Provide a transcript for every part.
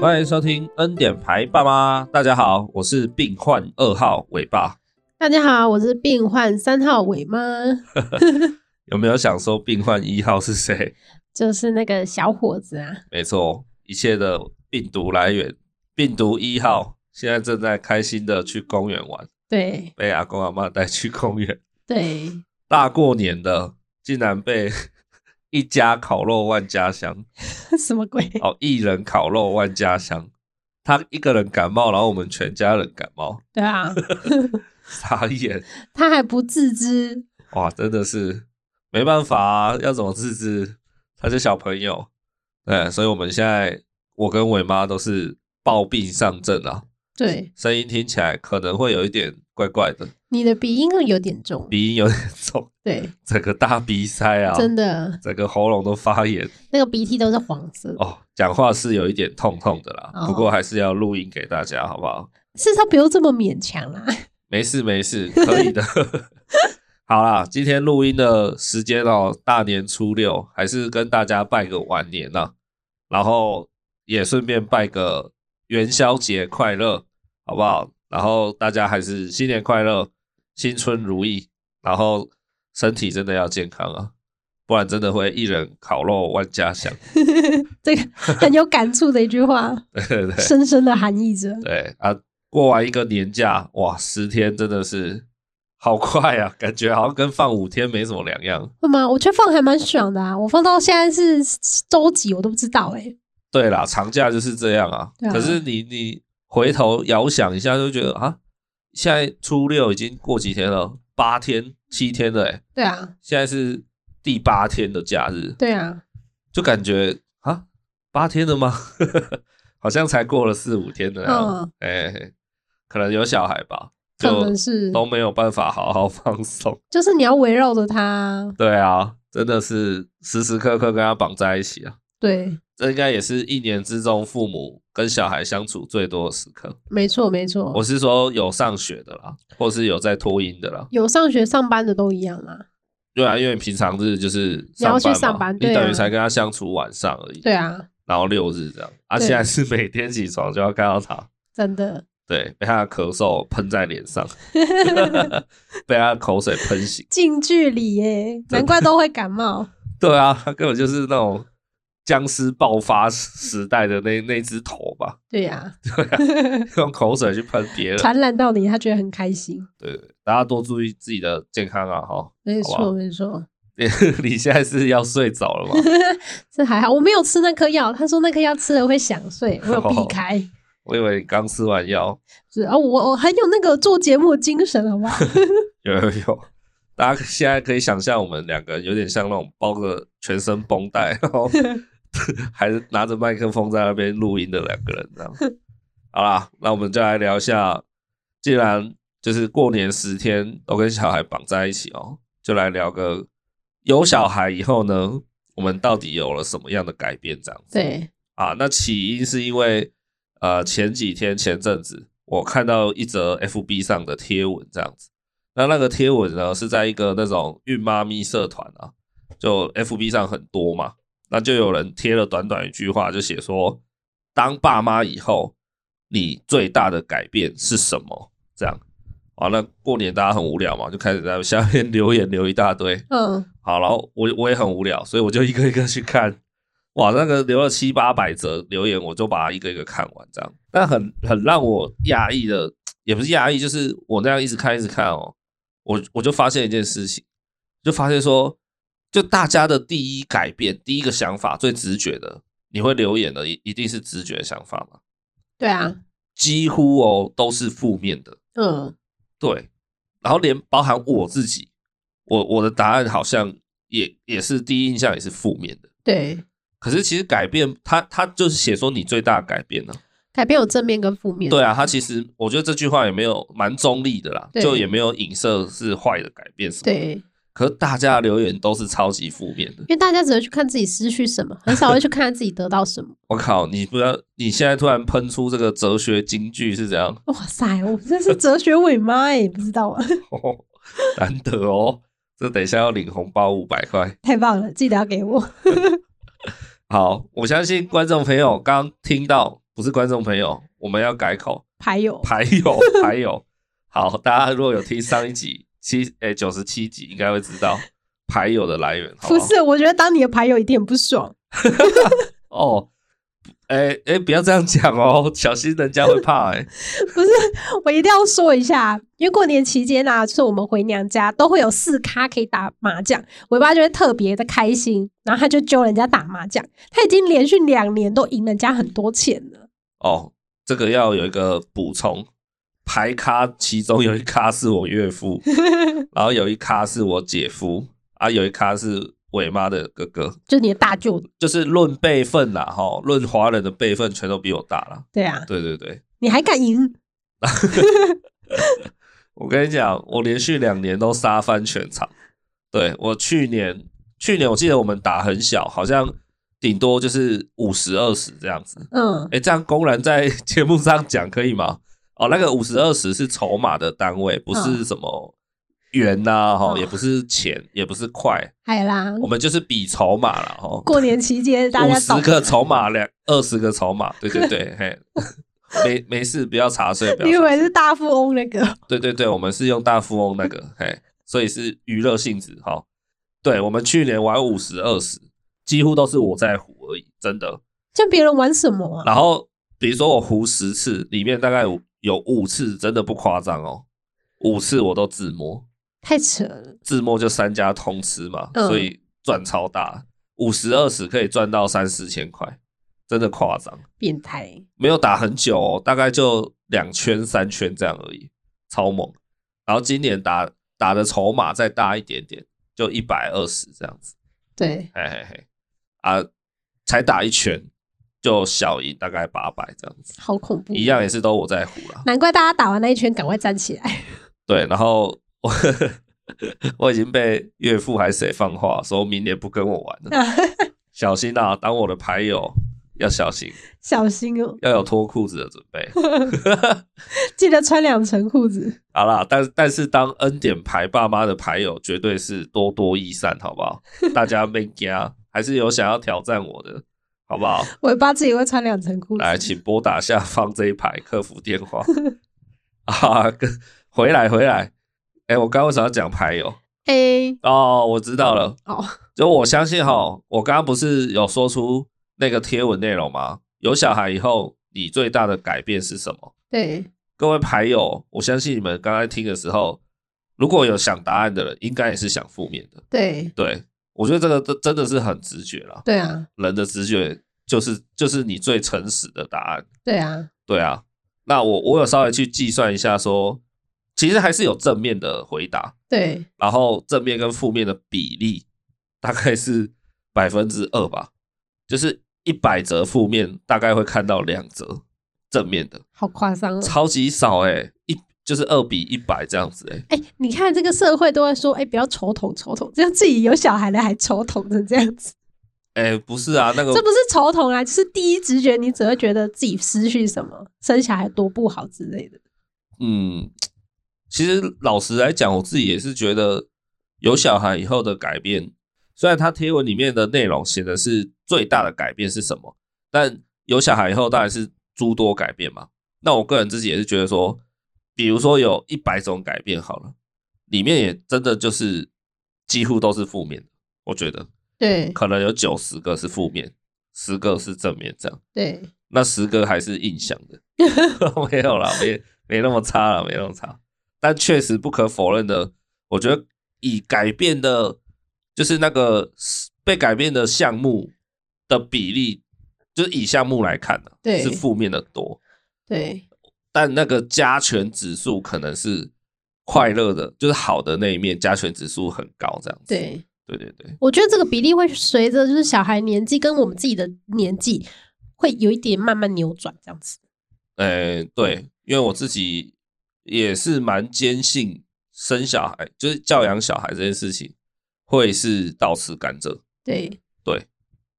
欢迎收听《恩典牌爸妈》，大家好，我是病患二号伟爸。大家好，我是病患三号伟妈，有没有想说病患一号是谁？ 就是那个小伙子啊，没错，一切的病毒来源，病毒一号现在正在开心的去公园玩，对被阿公阿妈带去公园，对，大过年的竟然被 一家烤肉万家香， 什么鬼？哦，一人烤肉万家香，他一个人感冒，然后我们全家人感冒，对 啊，傻眼。他还不自知，哇，真的是没办法啊，要怎么自制？他是小朋友，对，所以我们现在我跟伟妈都是抱病上阵啊，对，声音听起来可能会有一点怪怪的，你的鼻音有点重，鼻音有点重，对，整个大鼻塞啊，真的，整个喉咙都发炎那个鼻涕都是黄色，哦，讲话是有一点痛痛的啦，哦不过还是要录音给大家，好不好？是他不用这么勉强啊啦，没事没事，可以的。 好啦，今天录音的时间哦，大年初六，还是跟大家拜个晚年呐、然后也顺便拜个元宵节快乐，好不好？然后大家还是新年快乐，新春如意，然后身体真的要健康啊，不然真的会一人烤肉万家香。 这个很有感触的一句话，对对对，深深的含义着，对啊，过完一个年假，哇，十天真的是好快啊，感觉好像跟放五天没什么两样。会吗？我觉得放还蛮爽的啊，我放到现在是周几我都不知道哎、对啦，长假就是这样啊。对啊可是你你回头遥想一下，就觉得啊，现在初六已经过几天了，八天、七天了、欸，对啊，现在是第八天的假日，对啊，就感觉啊，八天了吗？ 好像才过了四五天的样子。哎、可能有小孩吧，嗯可就能是，都没有办法好好放松。就是你要围绕着他，对啊，真的是时时刻刻跟他绑在一起啊。对。这应该也是一年之中父母跟小孩相处最多的时刻。没错，没错，我是说有上学的啦，或是有在托婴的啦。有上学上班的都一样啦。对啊，因为平常日就是你要去上上嘛班你对啊等于才跟他相处晚上而已。对啊，然后六日这样，啊，对现在是每天起床就要看到他，真的，对，被他的咳嗽喷在脸 上，被他的口水喷醒。近距离耶，难怪都会感冒。对啊，他根本就是那种僵尸爆发时代的那那只头吧。对呀、 啊用口水去喷别人，传染到你，他觉得很开心。对，大家多注意自己的健康啊，哈。 没好吧错，没错，你你现在是要睡着了吗？这还好，我没有吃那颗药。他说那颗药吃了会想睡，我有哦避开。我以为你刚吃完药，是啊，我我很有那个做节目的精神，好 不好？有有有。 大家现在可以想象，我们两个有点像那种包个全身绷带，然后还是拿着麦克风在那边录音的两个人这样。好啦，那我们就来聊一下，既然就是过年十天都跟小孩绑在一起哦，就来聊个有小孩以后呢，我们到底有了什么样的改变这样子？对，啊，那起因是因为呃前几天前阵子我看到一则 FB 上的贴文这样子，那那个贴文呢是在一个那种孕妈咪社团啊，就 FB 上很多嘛，那就有人贴了短短一句话，就写说当爸妈以后你最大的改变是什么？这样啊，那过年大家很无聊嘛，就开始在下面 留言留一大堆，嗯，好，然后我我也很无聊，所以我就一个一个去看。哇，那个留了七八百则留言，我就把它一个一个看完，这样。那很很让我讶异的，也不是讶异，就是我那样一直看一直看哦，我我就发现一件事情，就发现说，就大家的第一改变、第一个想法、最直觉的，你会留言的，一一定是直觉的想法嘛？对啊，几乎哦都是负面的，嗯，对，然后连包含我自己，我我的答案好像也也是第一印象也是负面的。对，可是其实改变，他他就是写说你最大的改变呢、啊改变有正面跟负面。对啊，他其实我觉得这句话也没有蛮中立的啦，对就也没有影射是坏的改变什么。，对，可是大家的留言都是超级负面的。因为大家只会去看自己失去什么，很少会去看自己得到什么。我靠，你不要你现在突然喷出这个哲学金句是怎样？ 哇塞，我真是哲学尾妈哎，不知道啊，哦，难得哦，这等一下要领红包五百块。太棒了，记得要给我。好，我相信观众朋友刚听到，不不是观众朋友，我们要改口，牌友，牌友，牌 友。好，大家如果有听上一集七诶九十七集，应该会知道牌友的来源，好不好是，我觉得当你的牌友一定很不爽。哦。哎哎，不要这样讲哦，小心人家会怕哎、不是，我一定要说一下，因为过年期间啊，就是我们回娘家都会有四咖可以打麻将，尾巴就会特别的开心，然后他就揪人家打麻将，他已经连续两年都赢人家很多钱了。 哦，这个要有一个补充，牌咖其中有一咖是我岳父， 然后有一咖是我姐夫，啊，有一咖是伟妈的哥哥，就你的大舅，就是论辈分啦，哈，论华人的辈分全都比我大啦。对啊，对对对，你还敢赢？我跟你讲，我连续两年都杀翻全场。对我去年，去年我记得我们打很小，好像顶多就是五十二十这样子。嗯，哎，这样公然在节目上讲可以吗？哦，那个五十二十是筹码的单位，不是什么元呐、哈、嗯也不是钱，也不是块，海啦，我们就是比筹码了，哈。过年期间大五家十找个筹码，两二十个筹码，对对 对，嘿，没没事，不要查税，不你以要查为是大富翁那个？ 对对对，我们是用大富翁那个，嘿，所以是娱乐性质哈。齁对，我们去年玩五十二十，几乎都是我在胡而已，真的。像别人玩什么啊？然后比如说我胡十次，里面大概有有五次真的不夸张哦，五次我都自摸，太扯了，自摸就三家通吃嘛，嗯所以赚超大，五十二十可以赚到三四千块，真的夸张。变态！没有打很久、哦，大概就两圈三圈这样而已，超猛。然后今年打打的筹码再大一点点，就一百二十这样子，对，嘿嘿嘿，啊，才打一圈就小赢大概八百这样子，好恐怖，一样也是都我在胡啦。难怪大家打完那一圈赶快站起来。对，然后 我我已经被岳父还是谁放话，说明年不跟我玩 了，小心啊，当我的牌友要小心， 小心哦，要有脱裤子的准备。 记得穿两层裤子。好啦，但但是当恩典牌爸妈的牌友绝对是多多益善，好不好？大家没加，还是有想要挑战我的，好不好？尾巴自己会穿两层裤子。来，请拨打下方这一排客服电话啊！跟回来回来，哎、我刚刚为什么要讲牌友？ A 哦，我知道了，哦，就我相信哈，我刚刚不是有说出那个贴文内容吗？有小孩以后，你最大的改变是什么？对，各位牌友，我相信你们刚才听的时候，如果有想答案的人，应该也是想负面的。对，对我觉得这个真真的是很直觉啦，对啊，人的直觉就是就是你最诚实的答案。对啊，对啊，那我我有稍微去计算一下说其实还是有正面的回答，对，然后正面跟负面的比例大概是百分之二吧，就是一百则负面大概会看到两则正面的。好夸张哦。超级少哎、一就是二比一百这样子哎、哎、你看这个社会都会说，哎、不要丑统丑统，这样自己有小孩了还丑统成这样子，哎、不是啊，那个这不是丑统啊，就是第一直觉，你只会觉得自己失去什么，生小孩多不好之类的。嗯，其实老实来讲，我自己也是觉得有小孩以后的改变，虽然他贴文里面的内容写的是最大的改变是什么，但有小孩以后当然是诸多改变嘛。那我个人自己也是觉得说，比如说有一百种改变好了，里面也真的就是几乎都是负面的，我觉得对可能有九十个是负面，十个是正面这样。对，那十个还是印象 的，没有啦，没没那么差啦，没那么差。但确实不可否认的，我觉得以改变的，就是那个被改变的项目的比例，就是以项目来看呢、啊对是负面的多。对但那个加权指数可能是快乐的，就是好的那一面，加权指数很高，这样子。对，对对对，我觉得这个比例会随着就是小孩年纪跟我们自己的年纪，会有一点慢慢扭转这样子。呃，对，因为我自己也是蛮坚信生小孩，就是教养小孩这件事情会是倒吃甘蔗，对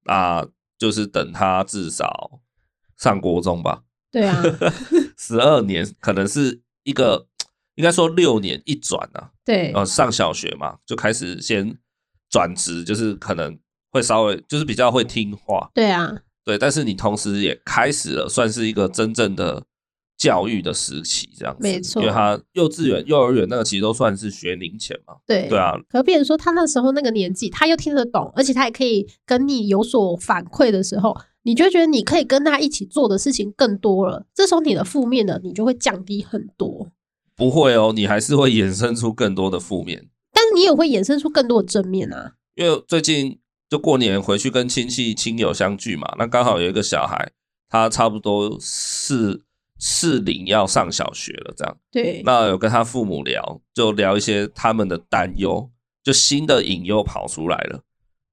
那就是等他至少上国中吧，对 啊，十二年可能是一个，应该说六年一转啊，对呃，上小学嘛就开始先转职，就是可能会稍微就是比较会听话，对啊，对，但是你同时也开始了，算是一个真正的教育的时期，这样子。没错因为他幼稚园、幼儿园那个其实都算是学龄前嘛。对对啊，可变成说他那时候那个年纪，他又听得懂，而且他也可以跟你有所反馈的时候，你就会觉得你可以跟他一起做的事情更多了。这时候你的负面的你就会降低很多，不会哦，你还是会衍生出更多的负面，但是你也会衍生出更多的正面啊。因为最近就过年回去跟亲戚亲友相聚嘛，那刚好有一个小孩，他差不多四四零要上小学了，这样。对，那有跟他父母聊，就聊一些他们的担忧，就新的隐忧跑出来了。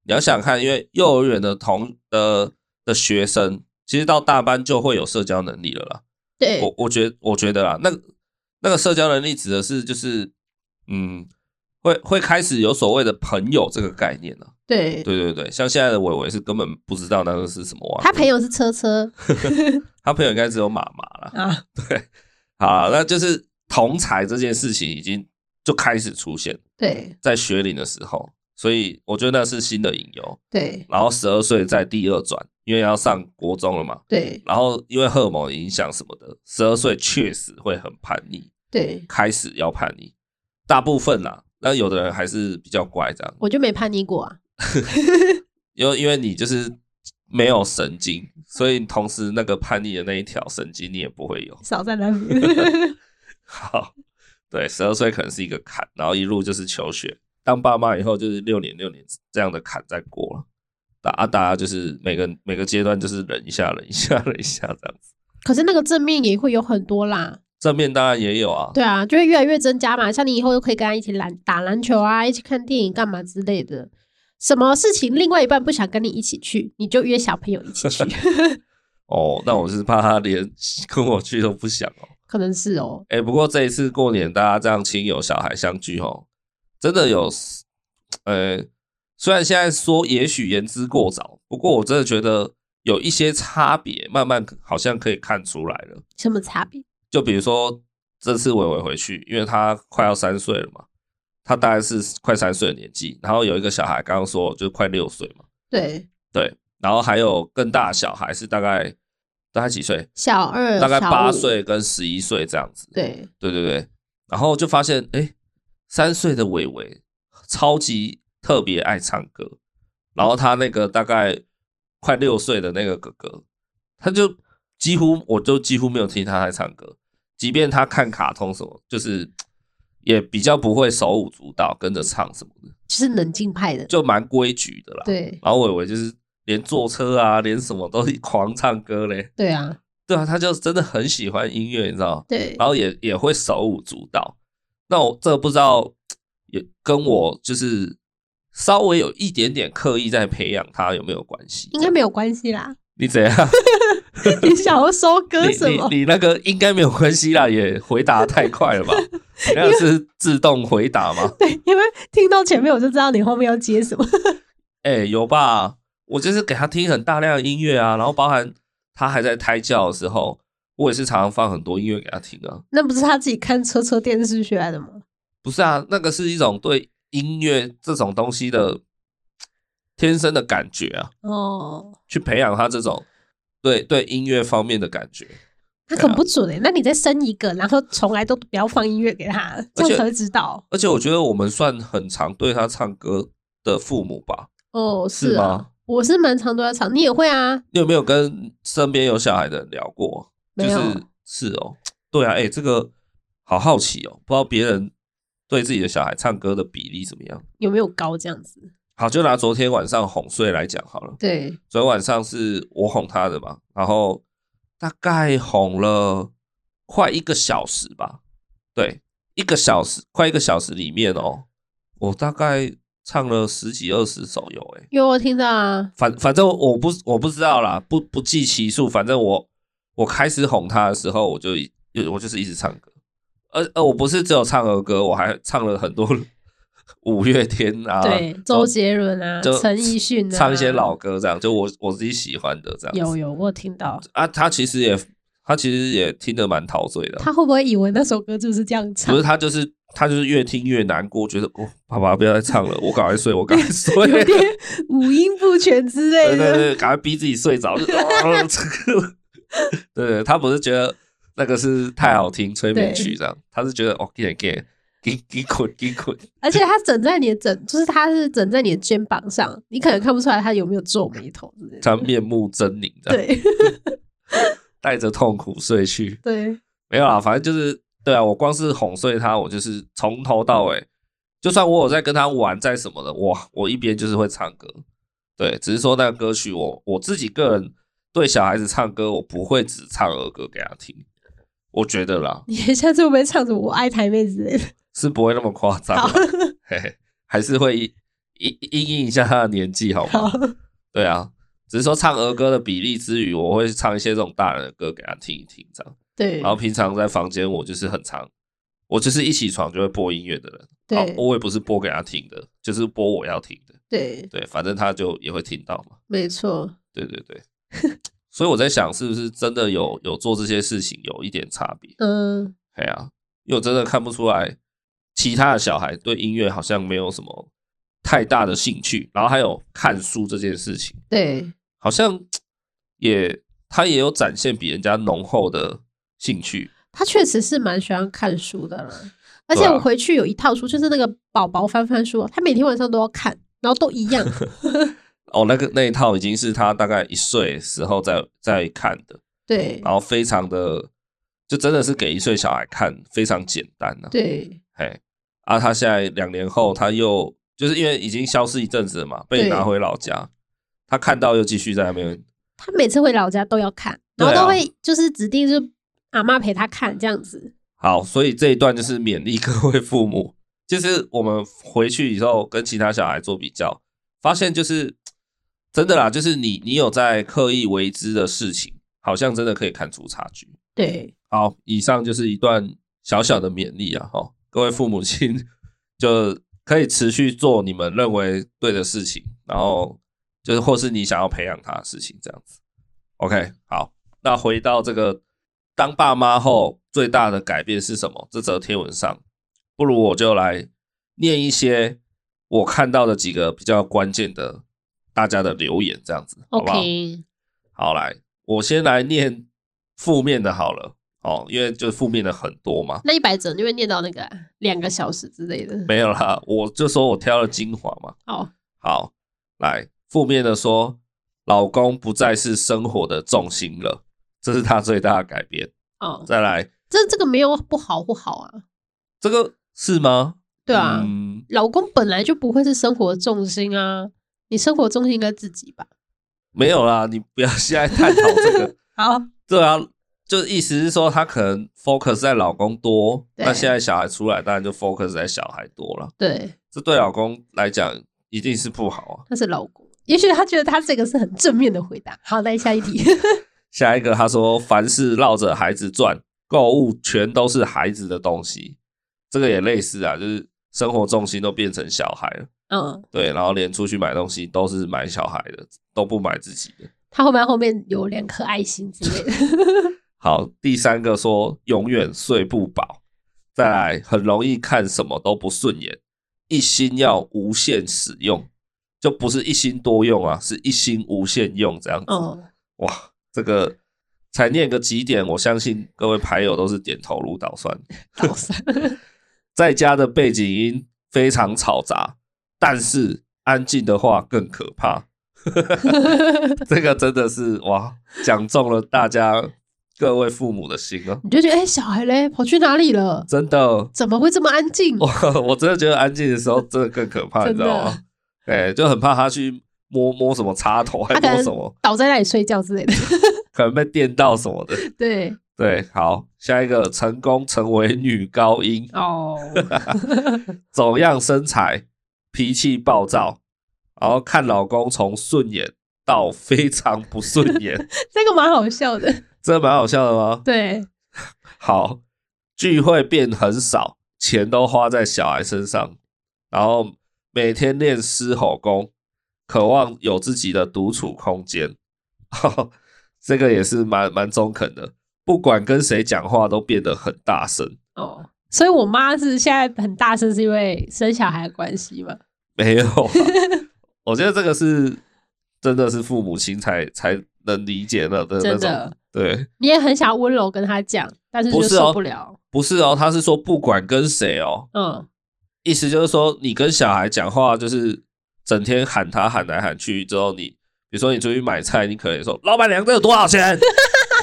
你要想看，因为幼儿园的同呃的学生，其实到大班就会有社交能力了啦。对，我我觉得我觉得啦，那个那个社交能力指的是就是嗯，会会开始有所谓的朋友这个概念了、对对，对对，像现在的伟伟是根本不知道那个是什么玩意他朋友是车车他朋友应该只有妈妈啦。啊，好，那就是同才这件事情已经就开始出现。对在学龄的时候，所以我觉得那是新的引诱。对然后十二岁在第二转，因为要上国中了嘛， 对然后因为荷尔蒙的影响什么的，十二岁确实会很叛逆，对，开始要叛逆，大部分啦。那有的人还是比较乖这样，我就没叛逆过啊。因为因为你就是没有神经，所以同时那个叛逆的那一条神经你也不会有。少在 那边。好，对，十二岁可能是一个坎，然后一路就是求学，当爸妈以后就是六年六年这样的坎在过了。大啊，大家就是每个每个阶段就是忍一下，忍一下， 忍一下这样子。可是那个正面也会有很多啦，正面当然也有啊，对啊，就会越来越增加嘛。像你以后就可以跟他一起篮打篮球啊，一起看电影干嘛之类的。什么事情另外一半不想跟你一起去，你就约小朋友一起 去，哦，那我是怕他连 跟我去都不想哦。可能是哦。哎、不过这一次过年大家这样亲友小孩相聚哦，真的有，呃，虽然现在说也许言之过早，不过我真的觉得有一些差别，慢慢好像可以看出来了。什么差别？就比如说这次伟伟回去，因为他快要三岁了嘛，他大概是快三岁的年纪，然后有一个小孩刚刚说就快六岁嘛，对，对，然后还有更大的小孩是大概大概几岁？小二大概小五八岁跟十一岁这样子。对对对对，然后就发现哎，三岁的伟伟超级特别爱唱歌，然后他那个大概快六岁的那个哥哥，他就几乎我就几乎没有听他在唱歌，即便他看卡通什么，就是也比较不会手舞足蹈跟着唱什么的，就是冷静派的，就蛮规矩的啦。对然后伟伟就是连坐车啊，连什么都 狂唱歌嘞，对啊，对啊，他就真的很喜欢音乐，你知道吗？对然后也也会手舞足蹈。那我这个不知道，也跟我就是稍微有一点点刻意在培养他有没有关系？应该没有关 系啦。你怎 样？你想要收割什么你？你你那个应该没有关系啦，也回答太快 了吧？你那个是自动回答吗？对，因为听到前面我就知道你后面要接什么。哎、有吧？我就是给他听很大量的音乐啊，然后包含他还在胎教的时候，我也是常常放很多音乐给他听啊。那不是他自己看车车电视学来的吗？不是啊，那个是一种对音乐这种东西的天生的感觉啊。哦，去培养他这种对对音乐方面的感觉。那对啊很不准哎、那你再生一个，然后从来都不要放音乐给他，这样才会知道。而且我觉得我们算很常对他唱歌的父母吧。哦，是是啊吗，我是蛮常都在唱，你也会啊？你有没有跟身边有小孩的人聊过？就没有是是哦，对啊，哎、这个好好奇哦，不知道别人对自己的小孩唱歌的比例怎么样。有没有高这样子？好，就拿昨天晚上哄睡来讲好了。对，昨天晚上是我哄他的嘛，然后大概哄了快一个小时吧，对，一个小时，快一个小时里面哦，我大概唱了十几二十首有诶、有我听到啊，反反正我不我不知道啦，不不计其数，反正我我开始哄他的时候，我就一我就是一直唱歌，而而我不是只有唱儿歌，我还唱了很多五月天啊，对，周杰伦啊就，陈奕迅啊，唱一些老歌这样，就我我自己喜欢的这样子。有有，我有听到。啊，他其实也他其实也听得蛮陶醉的啊，他会不会以为那首歌就是这样唱不？是他就是他就是越听越难过，觉得哦，爸爸不要再唱了，我赶快睡，我赶快睡， 有点五音不全之类对对的。对，赶快逼自己睡着。就啊这个对他不是觉得那个是太好听催眠曲这样，他是觉得哦，给给给给滚给滚，而且它枕在你的枕，就是它是枕在你的肩膀上，你可能看不出来它有没有皱眉头之类的。他面目狰狞这样，对 带着痛苦睡去。对，没有啦，反正就是对啊，我光是哄睡他，我就是从头到尾，就算我有在跟他玩在什么的，我我一边就是会唱歌，对，只是说那个歌曲我我自己个人对小孩子唱歌，我不会只唱儿歌给他听，我觉得啦你下次会不会唱什么“我爱台妹”之类的？是不会那么夸张好啦，嘿嘿，还是会因因应一下他的年纪好吗？好，对啊，只是说唱儿歌的比例之余，我会唱一些这种大人的歌给他听一听这样。 对然后平常在房间，我就是很常，我就是一起床就会播音乐的人。对哦，我也不是播给他听的，就是播我要听的。对，对，反正他就也会听到嘛。没错，对对 对。所以我在想，是不是真的有有做这些事情有一点差别？嗯，哎呀、因为我真的看不出来，其他的小孩对音乐好像没有什么太大的兴趣，然后还有看书这件事情，对好像也他也有展现比人家浓厚的兴趣。他确实是蛮喜欢看书的啦。而且对啊我回去有一套书，就是那个宝宝翻翻书，他每天晚上都要看，然后都一 样。哦，那个那一套已经是他大概一岁时候在在看的，对然后非常的，就真的是给一岁小孩看，非常简单呐、啊。对嘿，啊，他现在两年后他又就是因为已经消失一阵子了嘛，被对拿回老家，他看到又继续在那边，他每次回老家都要看，然后对啊都会就是指定就是阿妈陪他看这样子。好，所以这一段就是勉励各位父母，就是我们回去以后跟其他小孩做比较，发现就是真的啦，就是你你有在刻意为之的事情，好像真的可以看出差距。对，好，以上就是一段小小的勉励啊，哈、各位父母亲就可以持续做你们认为对的事情，然后就是或是你想要培养他的事情，这样子。OK，好，那回到这个当爸妈后最大的改变是什么？这则贴文上，不如我就来念一些我看到的几个比较关键的大家的留言，这样子好不好？ OK，好，来，我先来念负面的好了，哦，因为就负面的很多嘛，那一百整就会念到那个啊两个小时之类的。没有啦，我就说我挑了精华嘛。好，好，来，负面的说，老公不再是生活的重心了，这是他最大的改变。哦，再来，这这个没有不好不好啊。这个是吗？对啊，嗯，老公本来就不会是生活重心啊，你生活重心应该自己吧。没有啦，你不要现在探讨这个。好，对啊，就是意思是说，她可能 focus 在老公多，对那现在小孩出来，当然就 focus 在小孩多了。对，这对老公来讲一定是不好啊。他是老公，也许他觉得他这个是很正面的回答。好，来下一题。下一个他说，凡事绕着孩子转，购物全都是孩子的东西，这个也类似啊，就是生活重心都变成小孩了， 嗯，对，然后连出去买东西都是买小孩的，都不买自己的。他后面后面有两颗爱心之类的。好，第三个说永远睡不饱，再来很容易看什么都不顺眼，一心要无限使用，就不是一心多用啊，是一心无限用这样子。哦， 哇，这个才念个几点，我相信各位牌友都是点头如捣蒜。倒三。在家的背景音非常嘈杂，但是安静的话更可怕。 这个真的是哇，讲中了大家各位父母的心啊！你就觉得，哎、小孩嘞，跑去哪里了？真的，怎么会这么安静？我我真的觉得安静的时候真的更可怕，你真知的道吗？哎、就很怕他去摸摸什么插头，还他可摸什么能，倒在那里睡觉之 类的。可能被电到什么的。对，对，好，下一个成功成为女高音，哦，走样身材，脾气暴躁，然后看老公从顺眼到非常不顺眼， 这个蛮好笑的。这蛮好笑的吗？对，好，聚会变很少，钱都花在小孩身上，然后每天练狮吼功，渴望有自己的独处空间。 这个也是蛮蛮中肯的，不管跟谁讲话都变得很大声。哦，所以我妈是现在很大声，是因为生小孩的关系嘛？ 没有啊，我觉得这个是真的是父母亲才才能理解的的那真种的。对，你也很想温柔跟她讲，但是不就是受哦不了。不是哦，他是说不管跟谁哦，嗯， 意思就是说你跟小孩讲话就是整天喊他喊来喊去之后你，比如说你出去买菜，你可能说老板娘这有多少钱，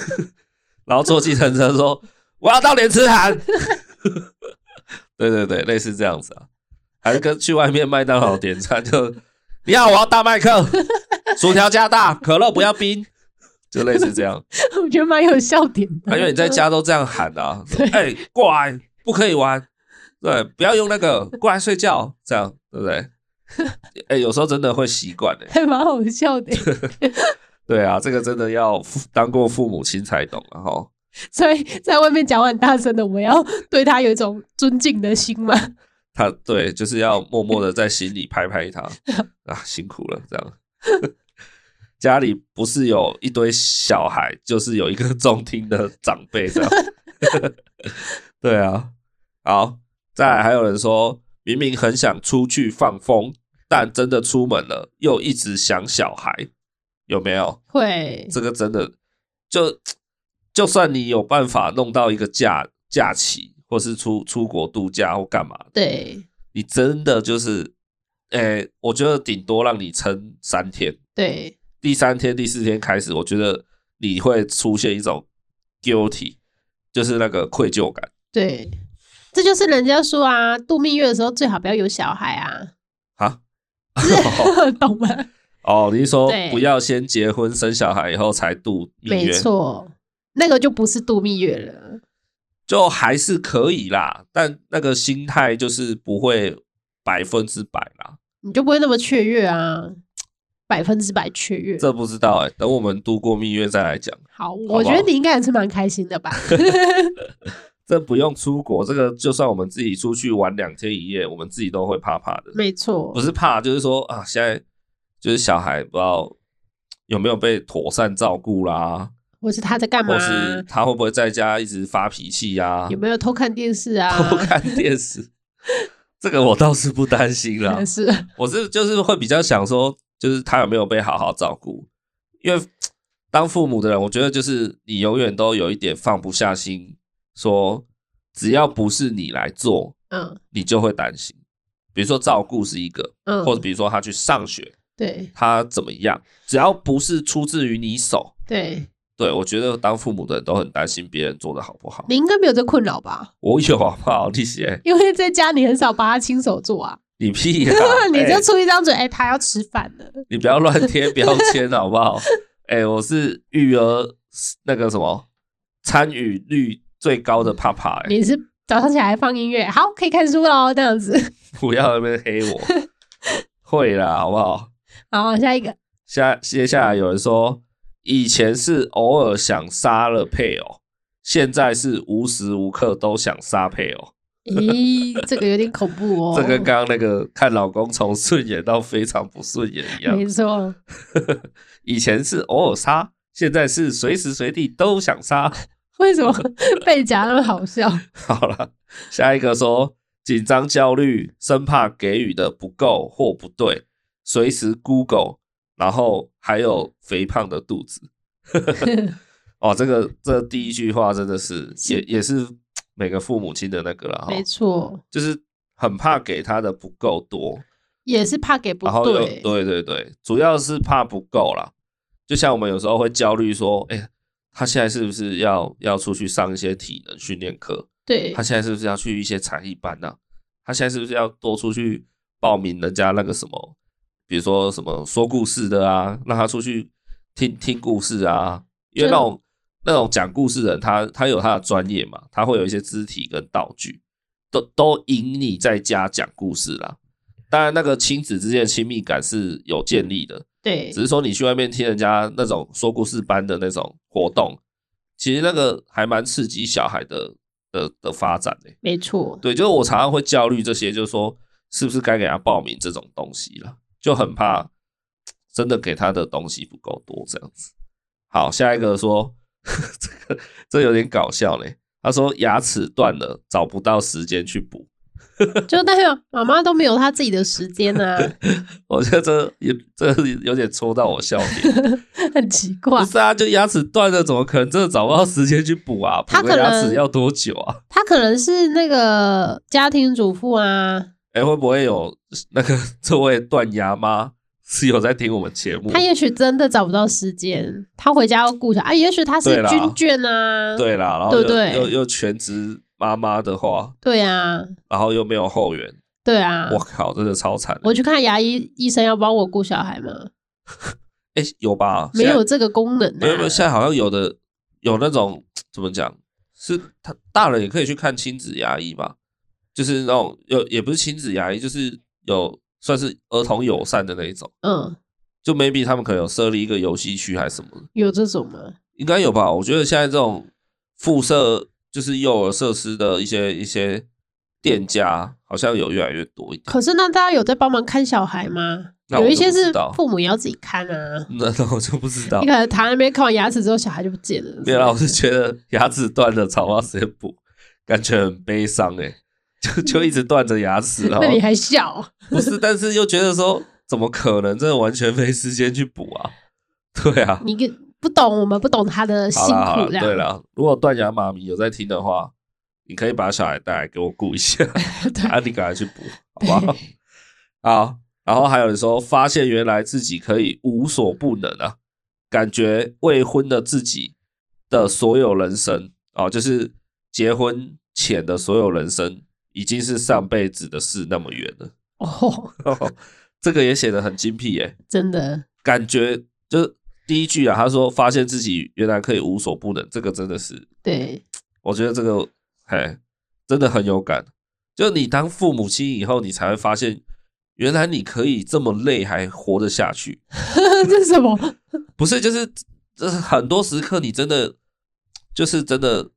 然后坐计程车说我要到莲池潭， 对对对，类似这样子啊，还是跟去外面麦当劳点餐就你好，我要大麦克，薯条加大，可乐不要冰，就类似这样。我觉得蛮有笑点啊的。因为你在家都这样喊的、啊，哎、过来，不可以玩，对，不要用那个，过来睡觉，这样对不对？哎、有时候真的会习惯哎，还蛮好笑的，对啊，这个真的要父当过父母亲才懂啊然后所以在外面讲话很大声的，我们要对她有一种尊敬的心嘛。他对，就是要默默的在心里拍拍他啊，辛苦了，这样。 家里不是有一堆小孩，就是有一个中听的长辈这样。 对啊，好，再来还有人说，明明很想出去放风，但真的出门了，又一直想小孩，有没有？会，这个真的就就算你有办法弄到一个假假期，或是出出国度假或干嘛的对你真的就是，诶、我觉得顶多让你撑三天，对，第三天、第四天开始，我觉得你会出现一种 guilty，就是那个愧疚感。对，这就是人家说啊，度蜜月的时候最好不要有小孩啊，啊， 懂吗？哦，你是说对不要先结婚生小孩以后才度蜜没月，错，那个就不是度蜜月了。就还是可以啦，但那个心态就是不会百分之百啦。你就不会那么雀跃啊，百分之百雀跃。这不知道诶、等我们度过蜜月再来讲。好，好我觉得你应该还是蛮开心的吧？ 这不用出国，这个就算我们自己出去玩两天一夜，我们自己都会怕怕的。没错不，是怕，就是说啊，现在就是小孩不知道有没有被妥善照顾啦，或是他在干嘛或啊？是他会不会在家一直发脾气呀、有没有偷看电视啊？偷看电视，这个我倒是不担心啦也。是，我是就是会比较想说，就是他有没有被好好照顾，因为当父母的人，我觉得就是你永远都有一点放不下心，说只要不是你来做，嗯你就会担心。比如说照顾是一个，嗯，或者比如说他去上学，对他怎么样，只要不是出自于你手，对，对我觉得当父母的人都很担心别人做的好不好。你应该没有这困扰吧？我有好不好？你 些因为在家你很少把他亲手做啊，！你屁啦 你哎就出一张嘴，哎、他要吃饭了，你不要乱贴标 签好不好？哎、我是育儿那个什么参与率最高的爸爸、哎，你是早上起来放音乐，好，可以看书喽，这样子。不要在那边黑 我，会啦，好不好？好，下一个， 下接下来有人说，以前是偶尔想杀了配偶，现在是无时无刻都想杀配偶。咦，这个有点恐怖哦，这跟刚刚那个看老公从顺眼到非常不顺眼一样没。错，以前是偶尔杀，现在是随时随地都想杀。为 什么被夹那么好笑？好了，下一个说紧张、焦虑，生怕给予的不够或不对，随时 Google，然后还有肥胖的肚子。 哦，这个这第一句话真的是也也是每个父母亲的那个了哈没，错，就是很怕给他的不够多，也是怕给不然后又对，对对对，主要是怕不够啦。就像我们有时候会焦虑说，哎、他现在是不是要要出去上一些体能训练课？对他现在是不是要去一些才艺班呢、他现在是不是要多出去报名人家那个什么，比如说什么说故事的啊，让他出去听听故事啊？因为就那种那种讲故事的人，他他有他的专业嘛，他会有一些肢体跟道具，都都赢你在家讲故事啦。当然，那个亲子之间的亲密感是有建立的，对只是说你去外面听人家那种说故事班的那种活动，其实那个还蛮刺激小孩的的的发展的、没错，对，就是我常常会焦虑这些，就是说是不是该给他报名这种东西了，就很怕真的给他的东西不 够多这样子。好，下一个说这个这有点搞笑嘞，他说牙齿断了，找不到时间去补。就代表妈妈都没有她自己的时间 啊，我觉得这有这有点戳到我笑点。很奇不怪。是啊，就牙齿断了，怎么可能真的找不到时间去补啊？ 他补个可牙能齿要多久啊？ 她可能是那个家庭主妇啊，哎、会不会有那个 这位断牙妈 是有在听我们节目她？也许真的找不到时间，她回家要顾小啊，也许她是对啦军眷啊，对啦，然后对又不对又又全职妈妈的话，对啊，然后又没有后援，对啊，我靠，真的超惨。我去看牙医，医生要帮我顾小孩吗？哎、有吧？没现在有这个功能、啊，没有没有，现在好像有的有那种怎么讲，是他大人也可以去看亲子牙医吧，就是那种有也不是亲子牙医，就是有算是儿童友善的那一种，嗯，就 maybe 他们可能有设立一个游戏区还是什么的，有这种吗？应该有吧？我觉得现在这种附设就是幼儿设施的一些一些店家，好像有越来越多一点。可是那大家有在帮忙看小孩吗？那我有一些就不知是道父母也要自己看啊。 那那我就不知道你，可能躺在那边看完牙齿之后，小孩就不见了。没有啦，我是觉得牙齿断了找不到时间补，感觉很悲伤哎、就就一直断着牙齿，然后 那你还笑？不是，但是又觉得说，怎么可能？真的完全没时间去补啊？ 对啊，你个不懂，我们不懂他 的好辛啦好苦这啦，样。对啦，如果断牙妈咪有在听的话，你可以把小孩带来给我顾一 下，啊，你赶快去补，好不好？好，然后还有人说，发现原来自己可以无所不能啊，感觉未婚的自己的所有人生哦，就是结婚前的所有人生，已经是上辈子的事那么远了。 哦，这个也写得很精辟耶、真的，感觉就是第一句啊，他说发现自己原来可以无所不能，这个真的是，对，我觉得这个嘿真的很有感。就你当父母亲以后，你才会发现，原来你可以这么累还活得下去。这是 什么？不是，就是这很多时刻，你真的就是真的，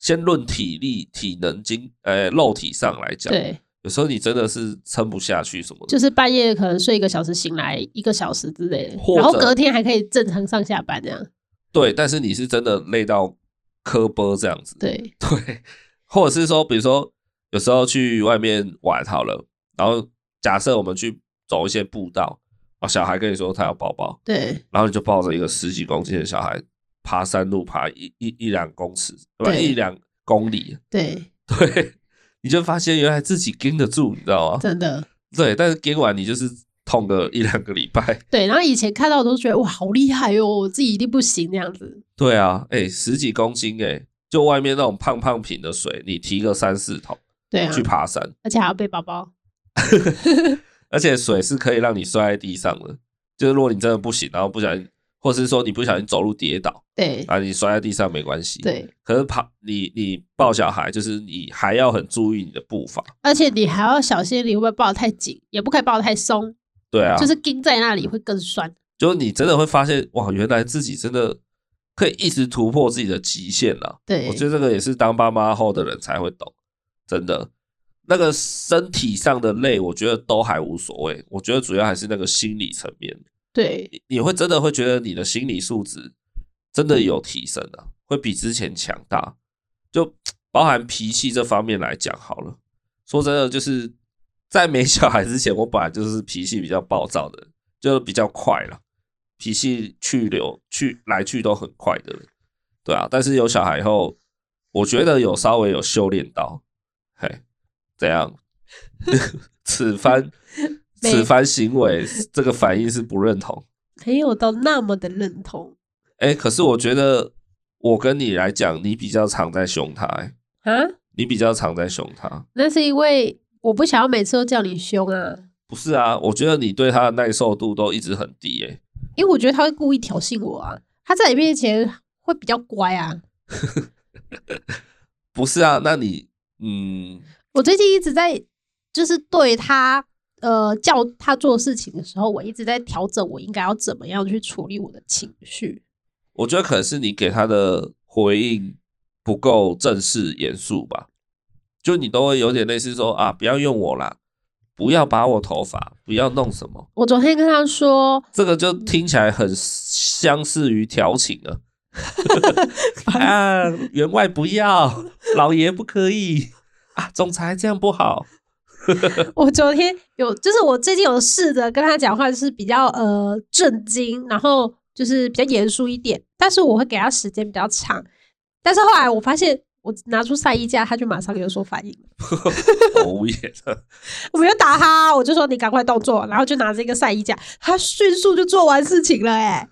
先论体力、体能、经呃肉体上来讲，对，有时候你真的是撑不下去什么的。就是半夜可能睡一个小时，醒来一个小时之类的或，者然后隔天还可以正常上下班这样。对，但是你是真的累到磕波这样子。对，对，或者是说，比如说有时候去外面玩好了，然后假设我们去走一些步道，啊，小孩跟你说他要抱抱，对，然后你就抱着一个十几公斤的小孩爬山路，爬一一一两公尺，对吧？对一两公里，对，对， 你就发现原来自己盯得住，你知道吗？真的，对，但是盯完你就是痛个一两个礼拜。对。然后以前看到我都觉得哇，好厉害哦，我自己一定不行这样子。对啊， 哎、十几公斤哎、就外面那种胖胖瓶的水，你提个三四桶对啊去，爬山，而且还要背包包。而且水是可以让你摔在地上的，就是如果你真的不行，然后不小心，或是说你不小心走路跌倒，对，啊，你摔在地上没关系。，对，可是爬你你抱小孩，就是你还要很注意你的步伐。而且你还要小心，你会不会抱得太紧，也不可以抱得太松，对啊，就就是是钉在那里会更酸。就是你真的会发现，哇，原来自己真的可以一直突破自己的极限了。对我，觉得这个也是当爸妈后的人才会懂，真的。那个身体上的累，我觉得都还无所谓，我觉得主要还是那个心理层面。对，你你会真的会觉得你的心理素质真的有提升啊，会比之前强大。就包含脾气这方面来讲好了，说真的，就是在没小孩之前，我本来就是脾气比较暴躁的人，就是比较快了，脾气去留去来去都很快的人，对啊。但是有小孩以后，我觉得有稍微有修炼到，嘿，怎样？ 此番没此番行为，这个反应是不认同。没有到那么的认同哎、可是我觉得我跟你来讲，你比较常在凶他、欸，啊。你比较常在凶他。那是因为我不想要每次都叫你凶啊，不是啊，我觉得你对他的耐受度都一直很低、欸，因为我觉得他会故意挑衅我啊，他在你面前会比较乖啊。不是啊？那你，嗯，我最近一直在就是对他。呃，叫他做事情的时候，我一直在调整我应该要怎么样去处理我的情绪。我觉得可能是你给他的回应不够正式严肃吧，就你都会有点类似说啊，不要用我啦，不要拔我头发，不要弄什么，我昨天跟他说， 这个就听起来很相似于调情啊。啊，员外不要，老爷不可以啊，总裁这样不好。 我昨天有，就是我最近有试着跟他讲话，就是比较呃震惊，然后就是比较严肃一点，但是我会给他时间比较长。但是后来我发现，我拿出晒衣架，他就马上有所反应了。我哦无言了，我没有打他，啊我就说你赶快动作，然后就拿着一个晒衣架，他迅速就做完事情了、欸。哎，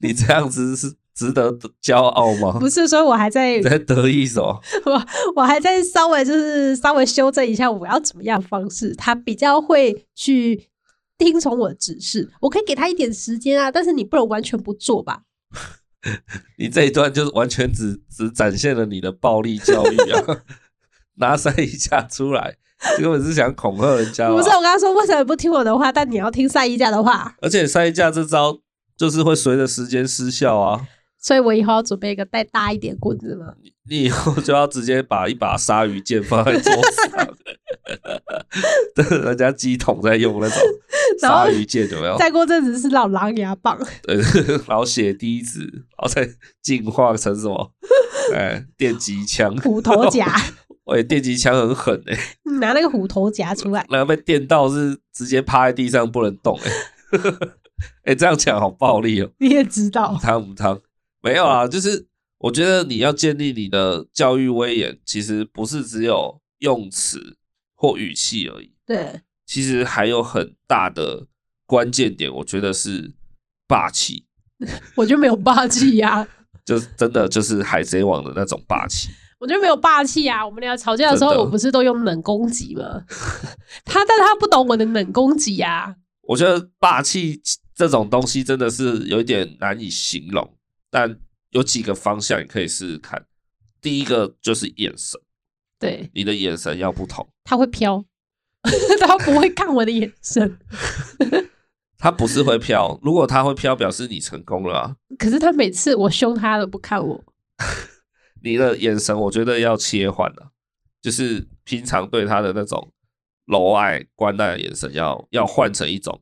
你这样子是值得骄傲吗？不是说我还在你，在得意什么？我还在稍微就是稍微修正一下我要怎么样方式，他比较会去听从我的指示。我可以给他一点时间啊，但是你不能完全不做吧？你这一段就是完全只只展现了你的暴力教育啊！ 拿塞一下出来，根本是想恐吓人家吧。啊不是，我跟他说为什么不听我的话，但你要听赛一家的话，而且塞一架这招就是会随着时间失效啊！所以我以后要准备一个再大一点棍子嘛。你以后就要直接把一把鲨鱼剑放在桌 上， 对，人家鸡桶在用那种 然后鲨鱼剑，有没有？再过阵子是老狼牙棒，对，然后血滴子，然后再进化成什么？哎，电击枪，虎头夹，， 喂，电击枪很狠哎、你拿那个虎头夹出来，那个被电到是直接趴在地上不能动哎、 哎，这样讲好暴力哦、你也知道母。 汤母汤，没有啊，就是我觉得你要建立你的教育威严，其实不是只有用词或语气而已，对，其实还有很大的关键点，我觉得是霸气，我就没有霸气啊呀、就是真的就是海贼王的那种霸气。我就没有霸气啊！我们俩吵架的时候，真的我不是都用冷攻击吗？他但他不懂我的冷攻击啊呀、我觉得霸气这种东西真的是有一点难以形容，但有几个方向你可以试试看。第一个就是眼神，对，你的眼神要不同，他会飘， 他不会看我的眼神，他不是会飘，如果他会飘，表示你成功了啊。可是他每次我凶他都不看我。你的眼神，我觉得要切换了、就是平常对他的那种柔爱、关爱的眼神要，要换成一种，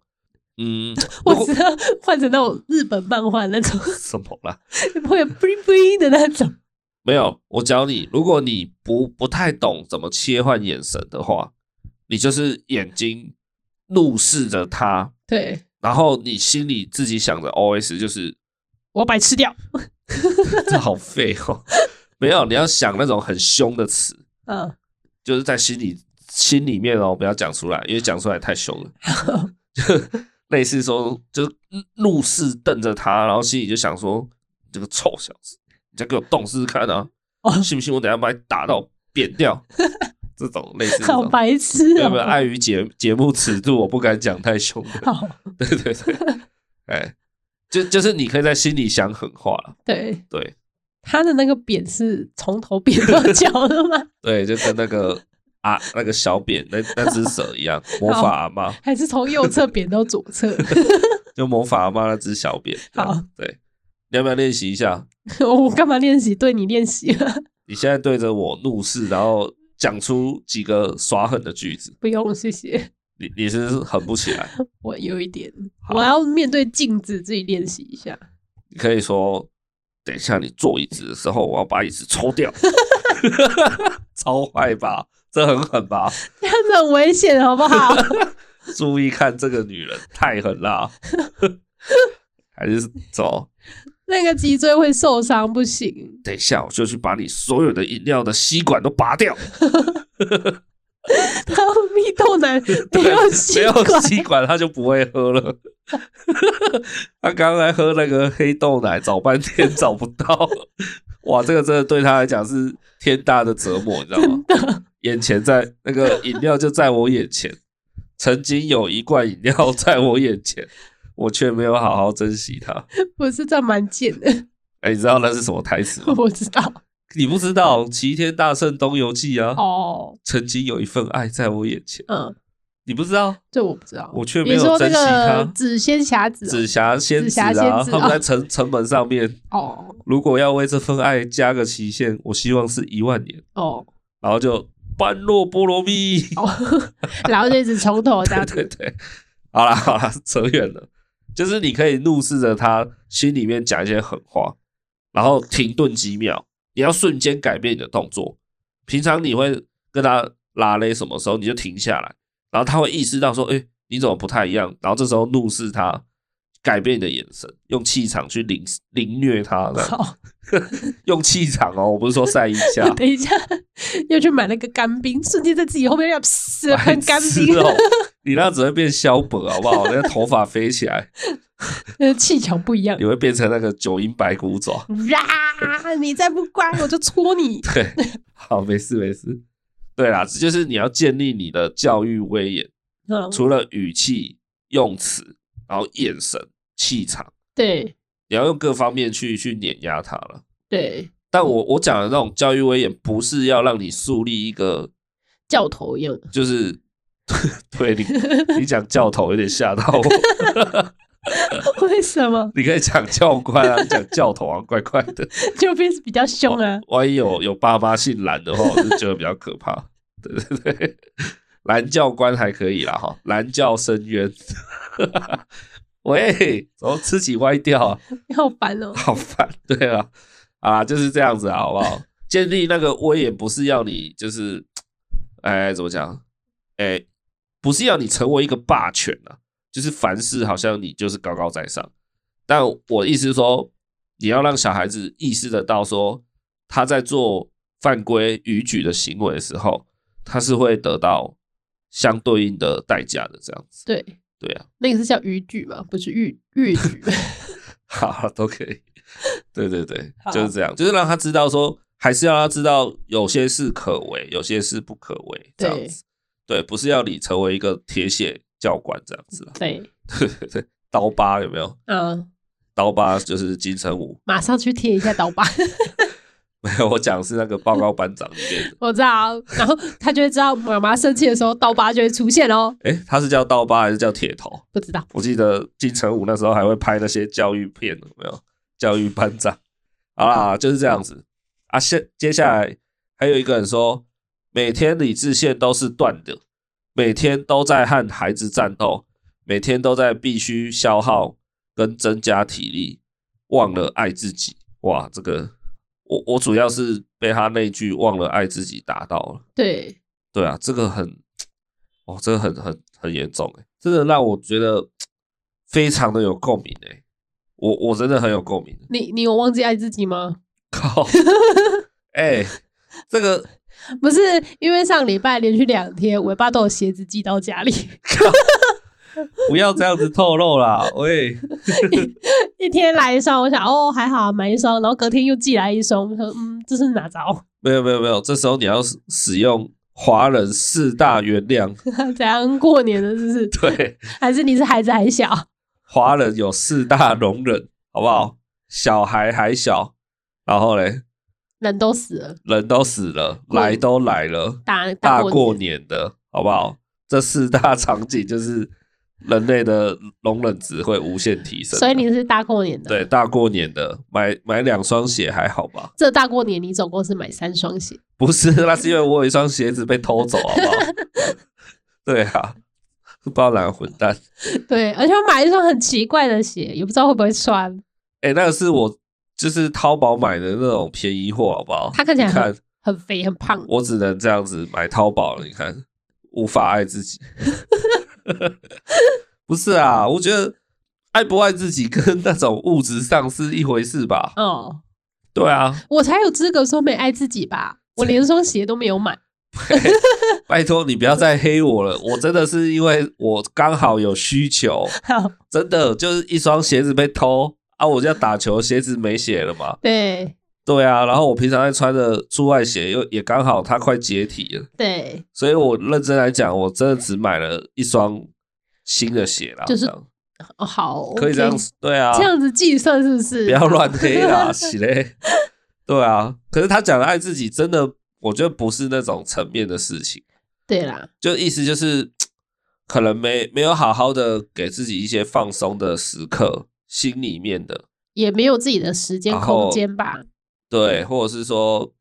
嗯，我如果只要换成那种日本漫画那种什么啦？会有 bling bling 的那种，没有，我教你，如果你不不太懂怎么切换眼神的话，你就是眼睛怒视着他，对然后你心里自己想着 OS 就是 我要把你吃掉。这好废哦， 没有，你要想那种很凶的词，嗯，就是在心里心里面哦，不要讲出来，因为讲出来太凶 了。就类似说，就是怒视瞪着他，然后心里就想说：“你这个臭小子，你再给我动试试看啊！哦信不信我等下把你打到扁 掉？”这种类似这好种，白痴有哦、没有碍于节节目尺度，我不敢讲太凶的。好， 对对对，哎，就就是你可以在心里想狠话了。对，对他的那个扁是从头扁到脚的吗？对，就跟那个啊那个小扁那那只蛇一样，魔法阿妈。 还是从右侧扁到左侧？就魔法阿妈那只小便。 好，对，你要不要练习一下？我干嘛练习？对你练习了，你现在对着我怒视，然后讲出几个耍狠的句子。 不用谢谢。你你是不是狠不起来， 我有一点，好我要面对镜子自己练习一 下。你可以说，等一下你坐椅子的时候，我要把椅子抽掉。 超坏吧，这很狠吧？这样子很危险，好不 好？注意看这个女人，太狠啦！ 还是走，那个脊椎会受伤，不 行。等一下我就去把你所有的饮料的吸管都拔掉。他蜜豆奶 没对，有吸没有管，吸管他就不会喝了。 他刚才喝那个黑豆奶，找半天找不到， 哇，这个真的对他来讲是天大的折磨，你知道吗？眼前在那个饮料就在我眼前，曾经有一罐饮料在我眼前，我却没有好好珍惜它。 不是这样蛮贱的。哎、你知道那是什么台词吗？ 我知道你不知道《齐天大圣东游记》啊？哦，曾经有一份爱在我眼前，嗯，你不知道？这我不知道。我却没你有说那珍惜它个紫仙侠子紫霞仙紫子霞啊，仙子他们哦在城城门上面，哦如果要为这份爱加个期限，我希望是一万年，哦然后就般若波罗蜜， 哦，然后就一直从头这对样对子。对，好啦好啦，扯远了。就是你可以怒视着他心里面讲一些狠话，然后停顿几秒，你要瞬间改变你的动作。平常你会跟他拉勒什么时候你就停下来，然后他会意识到说，哎、你怎么不太一样？然后这时候怒视他，改变你的眼神，用气场去凌凌虐他，这样好，用气场哦，我不是说晒一 下哦，等一下又去买了个干冰，瞬间在自己后面要噗白喷干痴冰，哦，你那只会变萧伯好不好？那个头发飞起来，呃气场不一样你。会变成那个九阴白骨爪。。呀！你再不乖，我就戳你对，好，没事没事。对啦，就是你要建立你的教育威严，嗯，除了语气、用词，然后眼神、气场，对你要用各方面去去碾压他了。对，但我我讲的那种教育威严，不是要让你树立一个教头一样。就是 对你你讲教头有点吓到我， 为什么你可以讲教官啊，你讲教头啊，怪怪的。就变比较凶啊？万一有有爸妈姓蓝的话，我就觉得比较可怕。对 对对，蓝教官还可以啦哈，蓝教深渊。 喂，怎么自己歪掉啊？你好烦哦。好烦，对啊，啊，就是这样子啊，好不好？建立那个威严不是要你就是，哎，怎么讲？哎，不是要你成为一个霸权啊，就是凡事好像你就是高高在上。但我的意思是说，你要让小孩子意识得到说他在做犯规逾矩的行为的时候，他是会得到相对应的代价的，这样子。对，对啊，那个是叫逾矩吧？不是逾逾矩。好，都可以。对对对好，就是这样，就是让他知道说，还是要让他知道有些事可为，有些事不可为，这样对子。对，不是要你成为一个铁血教官这样子啦。 对，对对对，刀疤有没有？嗯，刀疤就是金城武， 马上去贴一下刀疤，没有，我讲的是那个报告班长里面的。我知道。然后他就会知道妈妈生气的时候，刀疤就会出现哦。诶，他是叫刀疤还是叫铁头？不知道，我记得金城武那时候还会拍那些教育片，有没有？教育班长。好啦，就是这样子啊。下接下来还有一个人说，每天理智线都是断的，每天都在和孩子战斗，每天都在必须消耗跟增加体力，忘了爱自己。哇，这个我我主要是被他那句“忘了爱自己”打到了。对，对啊，这个很，哦，这个很很很严重哎，真的让我觉得非常的有共鸣哎，我我真的很有共鸣，你你有忘记爱自己吗？靠，哎、这个不是，因为上礼拜连续两天，尾巴都有鞋子寄到家里， 不要这样子透露啦，喂，一天来一双，我想哦还好买一双，然后隔天又寄来一双，我说嗯这是哪招？ 没有没有没有，这时候你要使使用华人四大原谅， 怎样过年了是不是？对，还是你是孩子还小？华人有四大容忍，好不好？小孩还小，然后嘞，人都死了，人都死了，来都来了。大大过嗯过年的，好不好？这四大场景就是人类的容忍值会无限提升的。所以你是大过年的。对，大过年的买买两双鞋还好吧？这大过年你总共是买三双鞋，不是，那是因为我有一双鞋子被偷走，好不 好？对啊，包揽混蛋。对，而且我买一双很奇怪的鞋，也不知道会不会穿，哎、那个是我就是淘宝买的那种便宜货，好不好？它看起来你看，很肥很胖。我只能这样子买淘宝了。你看，无法爱自己。 不是啊，我觉得爱不爱自己跟 那种物质上是一回事吧？嗯哦，对啊，我才有资格说没爱自己吧？我连双鞋都没有买。拜托你不要再黑我了，我真的是因为我刚好有需求，好，真的就是一双鞋子被偷啊，我就要打球，鞋子没血了嘛。对对啊，然后我平常在穿的出外鞋又也刚好它快解体了，对，所以我认真来讲，我真的只买了一双新的鞋啦，就是这样哦好，可以这样 OK 子，对啊，这样子计算是不是？不要乱黑啦，洗 嘞，对啊。可是他讲的爱自己，真的，我觉得不是那种层面的事情，对啦，就意思就是，可能没没有好好的给自己一些放松的时刻，心里面的也没有自己的时间然后空间吧？嗯对，或者是说，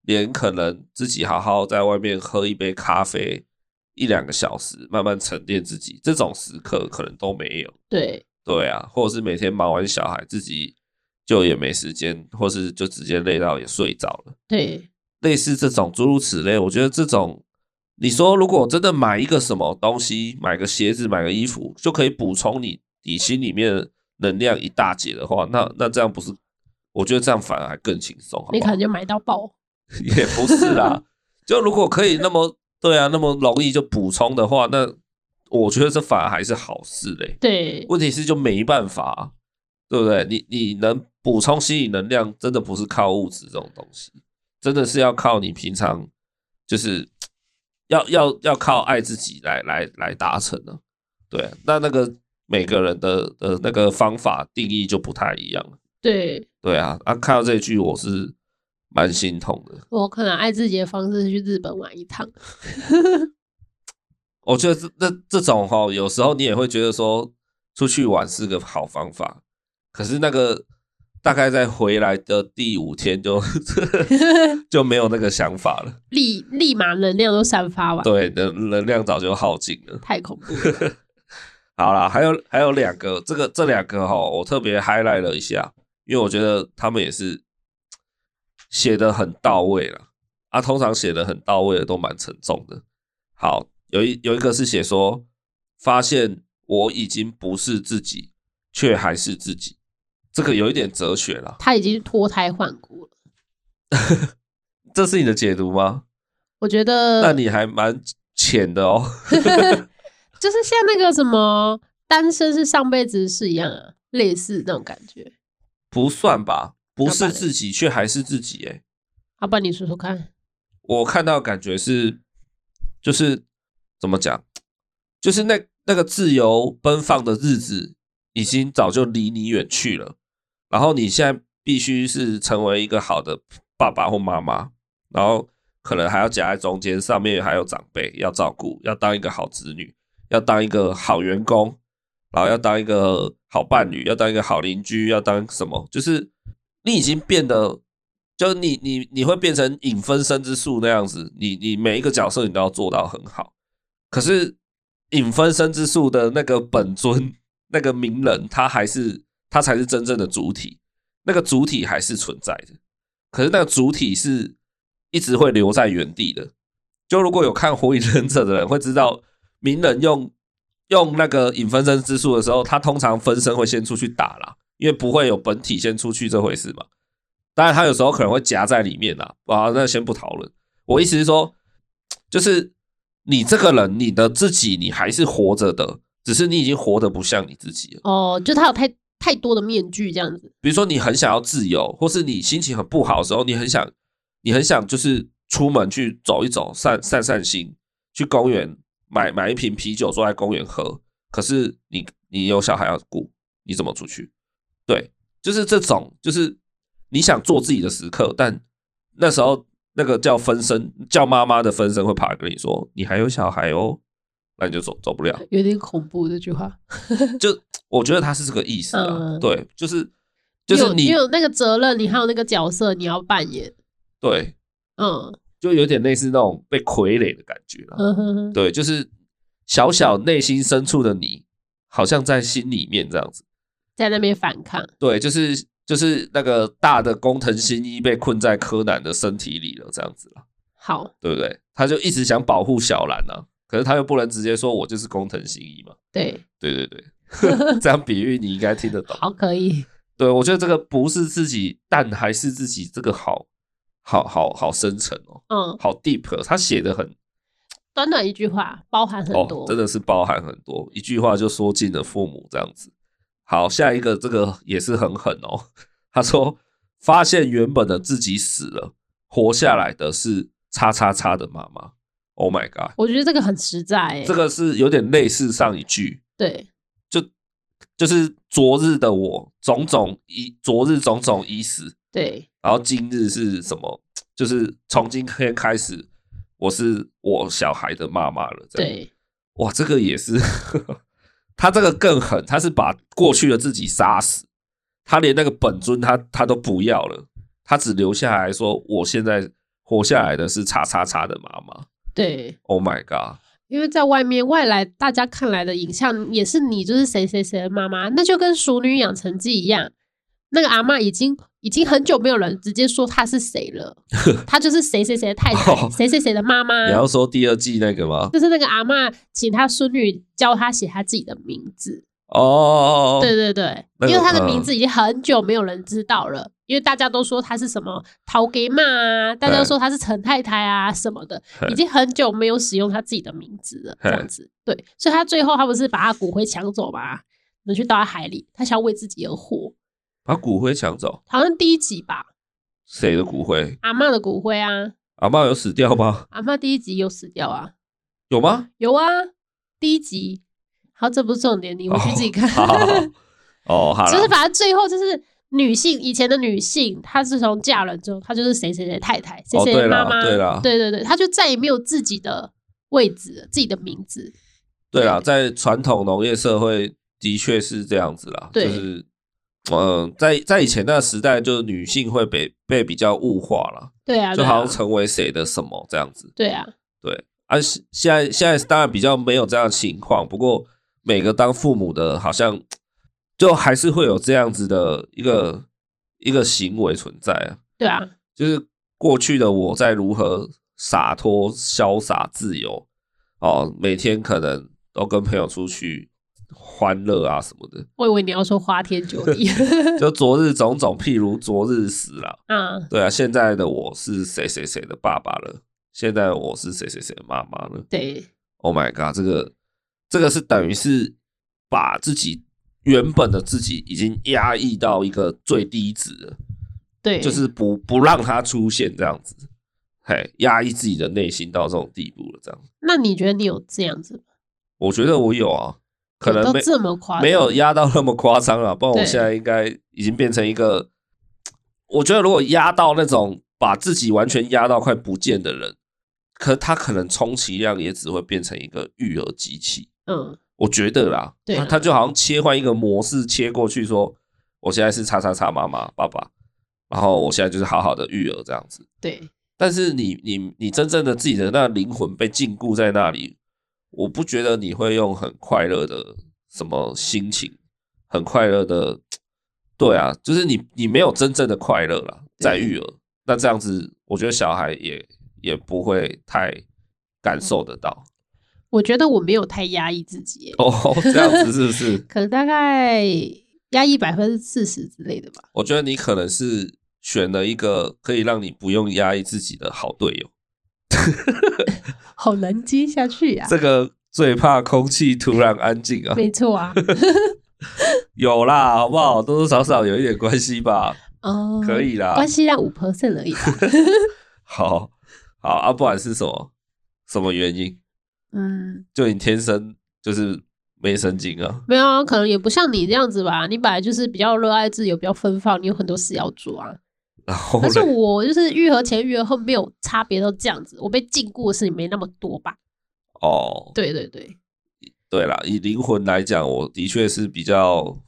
连可能自己好好在外面喝一杯咖啡一两个小时，慢慢沉淀自己，这种时刻可能都没有。对，对啊，或者是每天忙完小孩自己就也没时间，或是就直接累到也睡着了，对，类似这种诸如此类，我觉得这种。你说，如果真的买一个什么东西，买个鞋子，买个衣服，就可以补充你你心里面的能量一大截的话，那那这样不是？我觉得这样反而还更轻松，好你不可好？能就买到爆。也不是啦，就如果可以那么对啊，那么容易就补充的话，那我觉得这反而还是好事嘞。对，问题是就没办法啊、对不对？你你能补充吸引能量，真的不是靠物质这种东西，真的是要靠你平常就是要要要靠爱自己来来来达成的、对啊、那那个每个人的的那个方法定义就不太一样了。对对啊，啊，看到这句我是蛮心痛的。我可能爱自己的方式去日本玩一趟。我觉得哦这这这种哈、有时候你也会觉得说出去玩是个好方法，可是那个大概在回来的第五天就 就没有那个想法了，立立马能量都散发完，对，能能量早就耗尽了。太恐怖了。好啦，还有还有两个，这个这两个哈、我特别 highlight 了一下，因为我觉得他们也是写的很到位了。啊，通常写的很到位的都蛮沉重的。好，有一有一个是写说，发现我已经不是自己，却还是自己，这个有一点哲学啦。他已经脱胎换骨了，这是你的解读吗？我觉得。那你还蛮浅的哦。就是像那个什么单身是上辈子是一样啊，类似那种感觉。不算吧，不那是不然自己，却还是自己、欸。好啊吧，你说说看。我看到的感觉是，就是怎么讲，就是那那个自由奔放的日子已经早就离你远去了，然后你现在必须是成为一个好的爸爸或妈妈，然后可能还要夹在中间，上面还有长辈要照顾，要当一个好子女，要当一个好员工，然后要当一个好伴侣，要当一个好邻居，要当什么？就是你已经变得，就是你你你会变成影分身之术那样子，你你每一个角色你都要做到很好。可是影分身之术的那个本尊，那个名人，他还是他才是真正的主体，那个主体还是存在的。可是那个主体是一直会留在原地的。就如果有看《火影忍者》的人会知道，鸣人用用那个影分身之术的时候，他通常分身会先出去打啦，因为不会有本体先出去这回事嘛。当然，他有时候可能会夹在里面啦。啊，那先不讨论。我意思是说，就是你这个人，你的自己，你还是活着的，只是你已经活得不像你自己了。哦，就他有太太多的面具这样子。比如说你很想要自由，或是你心情很不好的时候，你很想，你很想就是出门去走一走，散散散心，去公园买买一瓶啤酒，坐在公园喝。可是你你有小孩要顾，你怎么出去？对，就是这种，就是你想做自己的时刻，但那时候那个叫分身，叫妈妈的分身会跑来跟你说，你还有小孩哦，那你就走走不了。有点恐怖这句话，就我觉得他是这个意思啊，嗯对，就是就是你有你你有那个责任，你还有那个角色你要扮演，对。嗯就有点类似那种被傀儡的感觉了。嗯哼哼，对，就是小小内心深处的你，好像在心里面这样子。在那边反抗，对，就是就是那个大的工藤新一被困在柯南的身体里了，这样子啦，好，对不对？他就一直想保护小兰啊，可是他又不能直接说我就是工藤新一嘛。对，对对对， 这样比喻你应该听得懂。好，可以，对我觉得这个不是自己，但还是自己，这个好好好好深沉哦，嗯，好 deep，哦他写的很短短一句话包含很多，哦，真的是包含很多，一句话就说尽了父母这样子。好，下一个这个也是很狠哦。他说，发现原本的自己死了，活下来的是叉叉叉的妈妈。Oh my god，我觉得这个很实在、欸，这个是有点类似上一句，对，就就是昨日的我，种种已昨日种种已死，对，然后今日是什么？就是从今天开始，我是我小孩的妈妈了。这样对，哇，这个也是，他这个更狠，他是把过去的自己杀死，他连那个本尊他他都不要了，他只留下来说，我现在活下来的是叉叉叉的妈妈。对， Oh my god！因为在外面外来大家看来的影像也是你就是谁谁谁的妈妈，那就跟《熟女养成记》一样，那个阿嬷已经已经很久没有人直接说她是谁了，她就是谁谁谁的太太，哦谁谁谁的妈妈你。要说第二季那个吗？就是那个阿嬷请她孙女教她写她自己的名字，哦哦，哦对，对对，那个因为她的名嗯字已经很久没有人知道了，因为大家都说她是什么陶给妈啊，大家都对说她是陈太太啊什么的，嘿已经很久没有使用她自己的名字了，这嘿样子，对，所以她最后她不是把她骨灰抢走嘛，能去倒在海里，她想要为自己而活，把骨灰抢走，好像第一集吧，谁的骨灰？阿嬷的骨灰啊，阿妈有死掉吗？阿嬷第一集有死掉啊，有吗？有啊，第一集，好，这不是重点，你回去自己看。哦好好好哦，好就了是，反正最后就是女性以前的女性，她自从嫁人之后，她就是谁谁谁太太，谁谁哦的对啦妈妈，对啦对对对，她就再也没有自己的位置了，自己的名字。对啦，在传统农业社会的确是这样子啦，就对是，嗯，在在以前那个时代，就是女性会被被比较物化啦，对啊，就对好像啊，成为谁的什么这样子。对啊，对啊，现现在现在当然比较没有这样的情况，不过每个当父母的，好像就还是会有这样子的一个一个行为存在啊，对啊，就是过去的我在如何洒脱、潇洒、自由哦，每天可能都跟朋友出去欢乐啊什么的，我以为你要说花天酒 地就昨日种种，譬如昨日死啦，啊，对啊，现在的我是谁谁谁的爸爸了，现在我是谁谁谁的妈妈了。对 Oh my god，这个这个是等于是把自己原本的自己已经压抑到一个最低值了，对，就是不不让它出现这样子，嘿，压抑自己的内心到这种地步了。这样，那你觉得你有这样子吗？我觉得我有啊，可有能到没这么夸张？没有压到那么夸张啊了，不然我对现在应该已经变成一个，我觉得如果压到那种把自己完全压到快不见的人，可他可能充其量也只会变成一个育儿机器。嗯，我觉得啦，对他啊他就好像切换一个模式切过去说，我现在是叉叉叉妈妈爸爸，然后我现在就是好好的育儿这样子。对，但是你你你真正的自己的那灵魂被禁锢在那里，我不觉得你会用很快乐的什么心情，很快乐的，对啊，就是你你没有真正的快乐啦，对在育儿。那这样子，我觉得小孩也也不会太感受得到我觉得我没有太压抑自己耶，哦，这样子是不是？ 可能大概压抑百分之四十之类的吧。我觉得你可能是选了一个可以让你不用压抑自己的好队友。好难接下 去呀、这个最怕空气突然安静啊，没错 啊，有啦，好不好？多多少少有一点关系吧。哦，可以啦关系量五 percent 而已吧。好，好啊，不管是什么什么原因，嗯，就你天生就是没神经啊。 没有啊，可能也不像你这样子吧。你本来就是比较热爱自由，比较奔放，你有很多事要做啊。然后但是呢，我就是愈合前愈合后没有差别到这样子，我被禁锢的事情没那么多吧？哦，对对对，对啦，以灵魂来讲，我的确是比较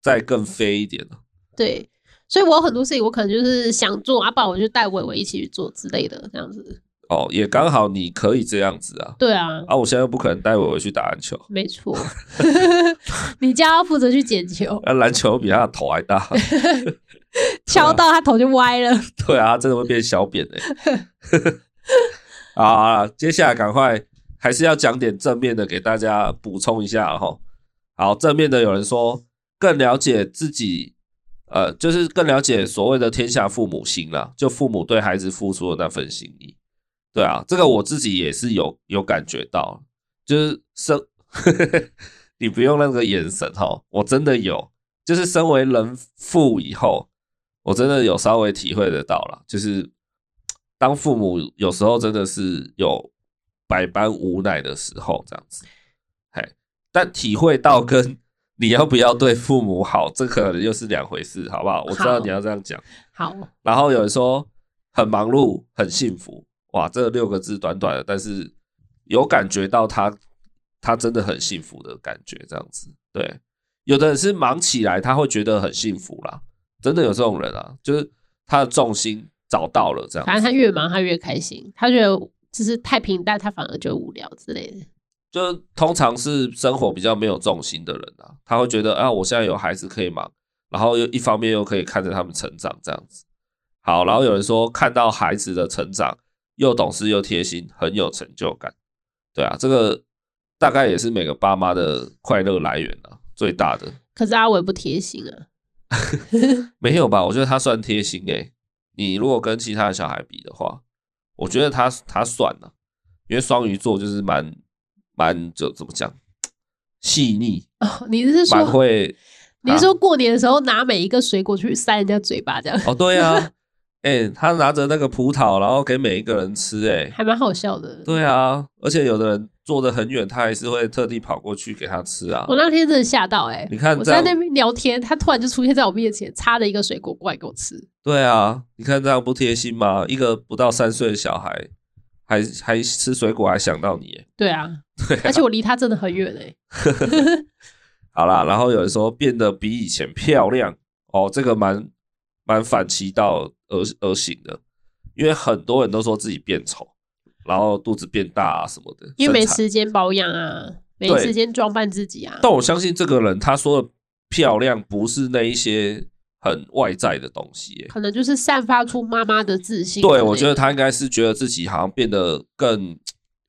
再更飞一点的。对，所以我有很多事情我可能就是想做，啊，不然我就带伟伟一起去做之类的，这样子。哦，也刚好你可以这样子啊。对啊，啊，我现在又不可能带我回去打篮球。没错， 你家要负责去捡球，那啊篮球比他的头还大，敲到他头就歪了。 对啊，他真的会变小扁的、欸。 好啊，好啊接下来赶快还是要讲点正面的，给大家补充一下哈。好，正面的有人说更了解自己，呃，就是更了解所谓的天下父母心啦，就父母对孩子付出的那份心意。对啊，这个我自己也是有有感觉到，就是生， 你不用那个眼神哈，我真的有，就是身为人父以后，我真的有稍微体会得到了，就是当父母有时候真的是有百般无奈的时候，这样子，嘿，但体会到跟 你要不要对父母好，这可能又是两回事，好不好？我知道好你要这样讲。好，然后有人说很忙碌，很幸福，哇，这六个字短短的，但是有感觉到他他真的很幸福的感觉，这样子。对，有的人是忙起来，他会觉得很幸福啦，真的有这种人啊，就是他的重心找到了这样反正子。他越忙他越开心，他觉得就是太平淡，他反而就无聊之类的。就通常是生活比较没有重心的人啊，他会觉得啊，我现在有孩子可以忙，然后又一方面又可以看着他们成长这样子。好，然后有人说看到孩子的成长，又懂事又贴心，很有成就感。对啊，这个大概也是每个爸妈的快乐来源啊，最大的可是阿伟不贴心啊，没有吧？我觉得他算贴心诶、你如果跟其他的小孩比的话，我觉得他他算了、因为双鱼座就是蛮蛮就怎么讲细腻，哦，你是蛮说会你是说过年的时候拿每一个水果去塞人家嘴巴这样，啊哦，对 啊，哎、他拿着那个葡萄，然后给每一个人吃、欸，还蛮好笑的。对啊，而且有的人坐得很远，他还是会特地跑过去给他吃啊我。那天真的吓到哎、你看我这样在那边聊天，他突然就出现在我面前，插了一个水果过来给我吃。对啊，你看这样不贴心吗？一个不到三岁的小孩，还还吃水果，还想到你、欸。对 啊，而且我离他真的很远哎、好啦，然后有人说变得比以前漂亮哦，这个蛮蛮反其道而而行的，因为很多人都说自己变丑，然后肚子变大啊什么的，因为没身材时间保养啊，没对时间装扮自己啊。但我相信这个人他说的漂亮，不是那一些很外在的东西耶、可能就是散发出妈妈的自信之类的。对，我觉得他应该是觉得自己好像变得更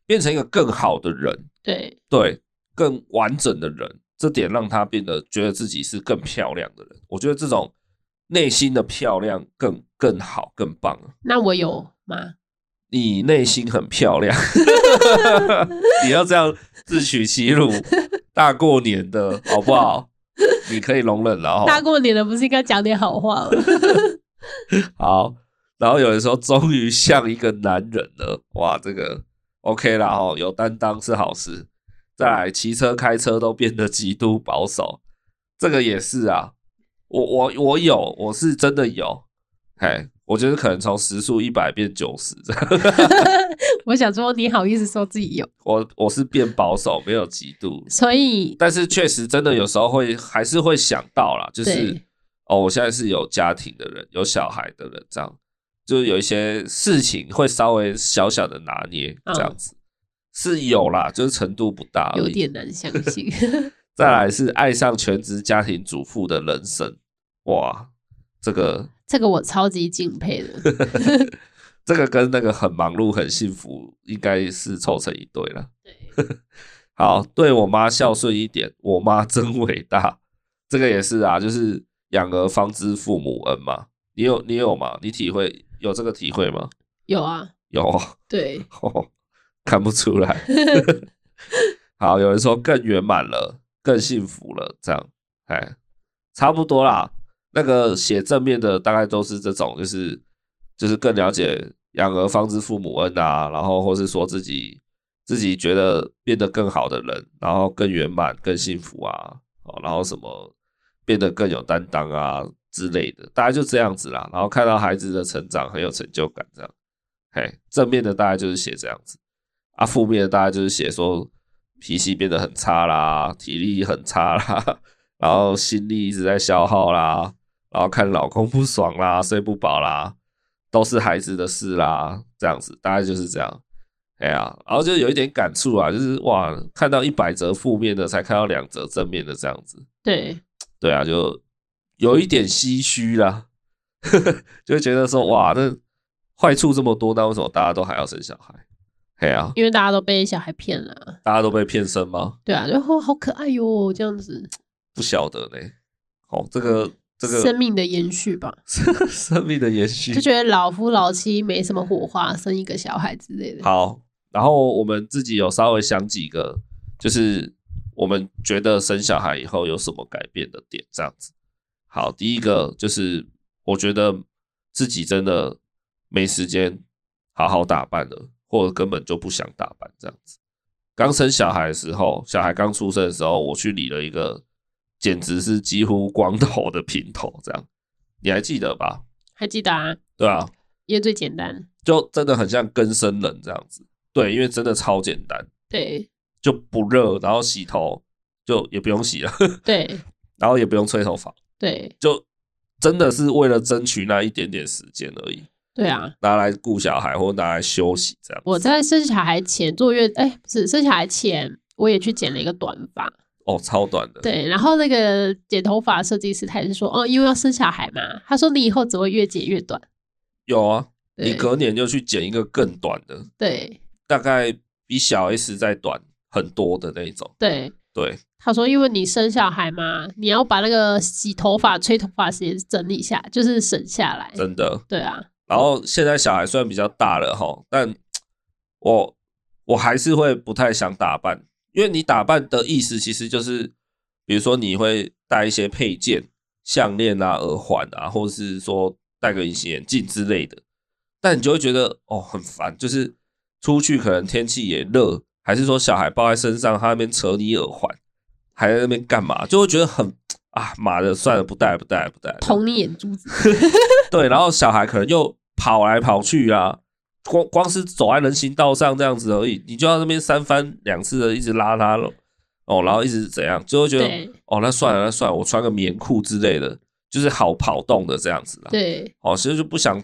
变成一个更好的人，对，对，更完整的人，这点让他变得觉得自己是更漂亮的人。我觉得这种内心的漂亮更更好更棒啊！那我有吗？你内心很漂亮， 你要这样自取其辱，大过年的好不好？你可以容忍了哦。大过年的不是应该讲点好话吗？ 好，然后有人说终于像一个男人了，哇，这个 OK 啦哦，有担当是好事。再来，骑车开车都变得极度保守，这个也是啊，我我我有，我是真的有，哎，我觉得可能从时速一百变九十，我想说，你好意思说自己有，我我是变保守，没有极度，所以但是确实真的有时候会还是会想到啦，就是对哦，我现在是有家庭的人，有小孩的人，这样就是有一些事情会稍微小小的拿捏，嗯这样子、是有啦，就是程度不大而已。有点难相信。再来是爱上全职家庭主妇的人生，哇，这个 这个我超级敬佩的，这个跟那个很忙碌、很幸福，应该是凑成一对了。 好，对我妈孝顺一点，我妈真伟大。这个也是啊，就是养儿方知父母恩嘛。你有你有吗？你体会有这个体会吗？有啊，有哦，对，看不出来。 好，有人说更圆满了，更幸福了，这样，哎，差不多啦。那个写正面的大概都是这种，就是就是更了解养儿方知父母恩啊，然后或是说自己自己觉得变得更好的人，然后更圆满、更幸福啊，哦，然后什么变得更有担当啊之类的，大概就这样子啦。然后看到孩子的成长很有成就感，这样。嘿，正面的大概就是写这样子，啊，负面的大概就是写说脾气变得很差啦，体力很差啦，然后心力一直在消耗啦，然后看老公不爽啦，睡不饱啦，都是孩子的事啦，这样子大概就是这样。哎呀、然后就有一点感触啊，就是哇，看到一百则负面的，才看到两则正面的这样子，对，对啊，就有一点唏嘘啦， 就会觉得说哇，那坏处这么多，那为什么大家都还要生小孩？嘿啊，因为大家都被小孩骗了啊，大家都被骗生吗？对啊，然后好可爱哟，这样子，不晓得呢。哦，这个这个生命的延续吧，生命的延续就，觉得老夫老妻没什么火花，生一个小孩之类的，好，然后我们自己有稍微想几个，就是我们觉得生小孩以后有什么改变的点，这样子。好，第一个就是我觉得自己真的没时间好好打扮了，或者根本就不想打扮这样子。刚生小孩的时候，小孩刚出生的时候，我去理了一个，简直是几乎光头的平头，这样你还记得吧？还记得啊？对啊，因为最简单，就真的很像根生人这样子。对，因为真的超简单，对就不热，然后洗头就也不用洗了， 对然后也不用吹头发，对就真的是为了争取那一点点时间而已，对啊！拿来顾小孩或拿来休息这样。我在生小孩前坐月，哎，不是生小孩前，我也去剪了一个短发。哦，超短的，对，然后那个剪头发设计师他也是说，哦，因为要生小孩嘛，他说你以后只会越剪越短。有啊，你对隔年就去剪一个更短的，对大概比小 S 再短很多的那一种。对，对，他说因为你生小孩嘛，你要把那个洗头发、吹头发时间整理一下，就是省下来。真的。对啊，然后现在小孩虽然比较大了哈，但我我还是会不太想打扮，因为你打扮的意思其实就是，比如说你会带一些配件，项链啊、耳环啊，或是说戴个隐形眼镜之类的，但你就会觉得哦很烦，就是出去可能天气也热，还是说小孩抱在身上，他在那边扯你耳环，还在那边干嘛，就会觉得很啊妈的，算了，不戴了不戴了不戴了。捅你眼珠子。对，然后小孩可能又跑来跑去啊，光光是走在人行道上这样子而已，你就要那边三番两次的一直拉他了，哦，然后一直怎样，就会觉得对哦，那算了，那算了，我穿个棉裤之类的，就是好跑动的这样子啦。对哦，其实就不想，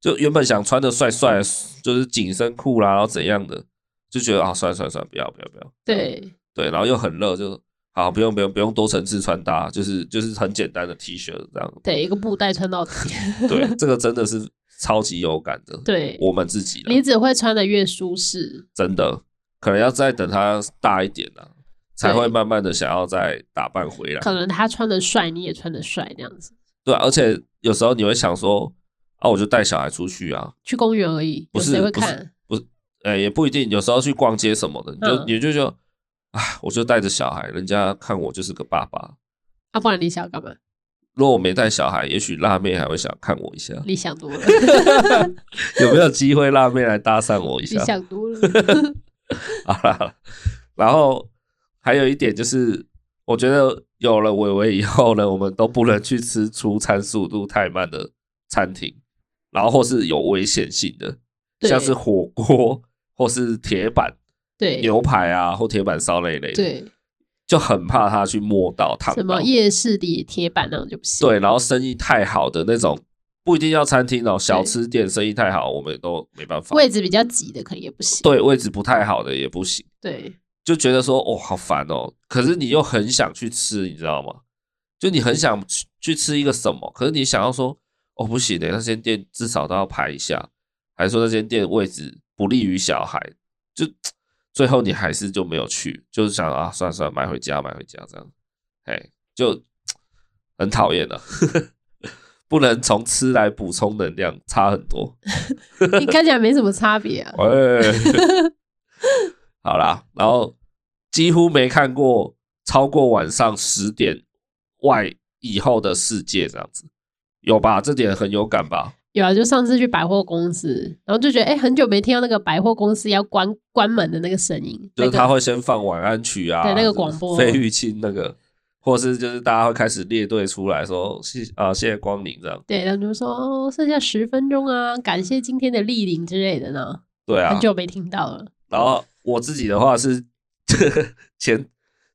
就原本想穿的帅帅的，就是紧身裤啦，然后怎样的，就觉得啊、算了算了算了，不要不要不要，对对，然后又很热，就好，不用不用不用多层次穿搭，就是就是很简单的 T 恤这样。对，一个布袋穿到 底。 对，这个真的是超级有感的。对，我们自己你的，只会穿的越舒适。真的可能要再等他大一点啊，才对会慢慢的想要再打扮回来。可能他穿的帅，你也穿的帅，那样子。对、啊，而且有时候你会想说，啊，我就带小孩出去啊，去公园而已，不有是谁会不是看？呃、也不一定，有时候去逛街什么的，你就、嗯你就觉得，哎，我就带着小孩，人家看我就是个爸爸。啊，不然你想要干嘛？如果我没带小孩，也许辣妹还会想看我一 下，你想 多了，有没有机会辣妹来搭讪我一你下？想多 了。好啦好啦，然后还有一点就是，我觉得有了伟伟以后呢，我们都不能去吃出餐速度太慢的餐厅，然后或是有危险性的，对像是火锅或是铁板对牛排啊或铁板烧那一类的，，对，就很怕他去摸到烫什到么。夜市里铁板那种就不行。对，然后生意太好的那种，不一定要餐厅哦，小对吃店生意太好，我们都没办法。位置比较挤的可能也不行。对位置不太好的也不行。对就觉得说哦好烦哦，可是你又很想去吃，你知道吗？就你很想去去吃一个什么，可是你想要说哦不行的，那间店至少都要排一下，还是说那间店位置不利于小孩，就最后你还是就没有去，就是想啊算了算了，买回家买回家这样，哎，就很讨厌的， 不能从吃来补充能量，差很多。你看起来没什么差别啊。 喂， 好啦，然后几乎没看过超过晚上十点外以后的世界这样子，有吧？这点很有感吧？有啊，就上次去百货公司，然后就觉得哎、很久没听到那个百货公司要关关门的那个声音，就是他那个会先放晚安曲啊，对那个广播费玉清那个，或是就是大家会开始列队出来说谢啊、谢谢光临这样，对，然后就说哦，剩下十分钟啊，感谢今天的莅临之类的呢，对啊很，久没听到了。然后我自己的话是 前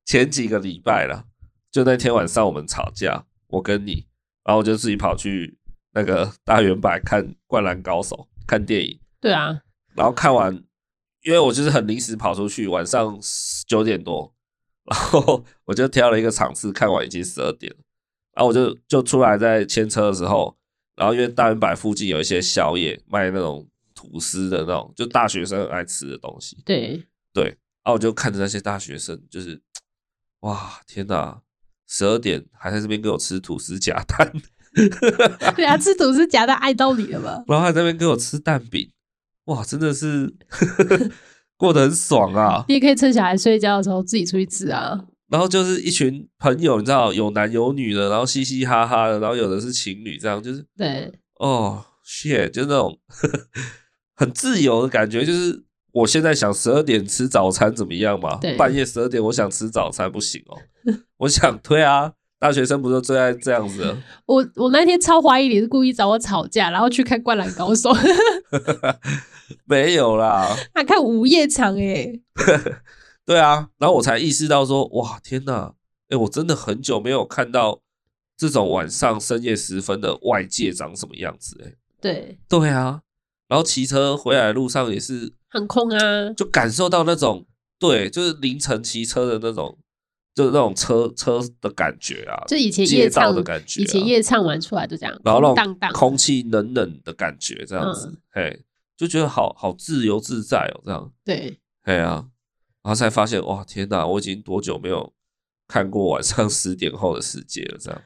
前几个礼拜啦，就那天晚上我们吵架，我跟你，然后我就自己跑去那个大圆柏看《灌篮高手》看电影，对啊，然后看完，因为我就是很临时跑出去，晚上九点多，然后我就挑了一个场次看完，已经十二点了，然后我就就出来在牵车的时候，然后因为大圆柏附近有一些宵夜卖那种吐司的那种，就大学生很爱吃的东西。 对然后我就看着那些大学生，就是哇，天哪，十二点还在这边给我吃吐司夹蛋， 对啊，吃吐司夹到爱到你了吧？然后还在那边给我吃蛋饼，哇，真的是 过得很爽啊！你也可以趁小孩睡觉的时候自己出去吃啊。然后就是一群朋友，你知道，有男有女的，然后嘻嘻哈哈的，然后有的是情侣，这样就是对，哦，shit，就那种很自由的感觉，就是。我现在想十二点吃早餐怎么样嘛对？半夜十二点我想吃早餐不行哦，我想推啊，大学生不是都最爱这样子的？我我那天超怀疑你是故意找我吵架，然后去看《灌篮高手》，没有啦，还看午夜场哎、对啊，然后我才意识到说，哇，天哪，哎，我真的很久没有看到这种晚上深夜时分的外界长什么样子哎。对，对啊，然后骑车回来的路上也是，很空啊，就感受到那种对，就是凌晨骑车的那种，就是那种车车的感觉啊，就以前夜街道唱的感觉、啊，以前夜唱完出来就这样，然后那荡种荡，空气冷冷的感觉，这样子，嘿，就觉得好好自由自在哦，这样，对，嘿啊，然后才发现哇，天哪，我已经多久没有看过晚上 十点后的世界了？这样，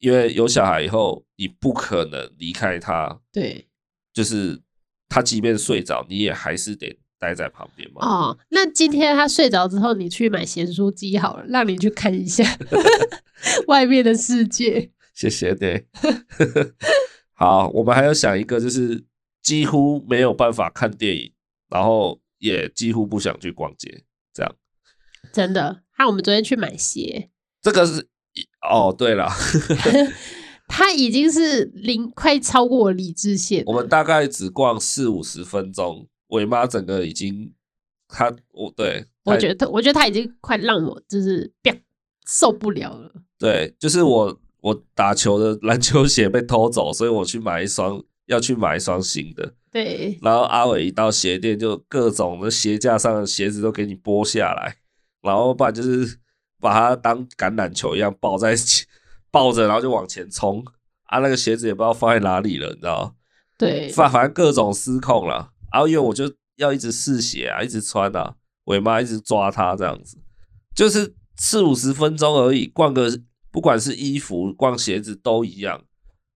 因为有小孩以后，你不可能离开他，对，就是他即便睡着，你也还是得待在旁边嘛。哦，那今天他睡着之后，你去买咸酥鸡好了，让你去看一 下外面的世界。谢谢你。 好，我们还要想一个，就是几乎没有办法看电影，然后也几乎不想去逛街，这样。真的，他我们昨天去买鞋，这个是哦，对了，他已经是零，快超过我理智线了。我们大概只逛四五十分钟，伟妈整个已经，她我对，我她觉得，我觉得他已经快让我就是啪受不了了。对，就是我我打球的篮球鞋被偷走，所以我去买一双，要去买一双新的。对，然后阿伟一到鞋店，就各种的鞋架上的鞋子都给你剥下来，然后不然就是把它当橄榄球一样抱在抱着，然后就往前冲。啊，那个鞋子也不知道放在哪里了，你知道吗？对，反反正各种失控了。啊，因为我就要一直试鞋啊，一直穿啊，我妈一直抓他这样子，就是四五十分钟而已，逛个不管是衣服、逛鞋子都一样，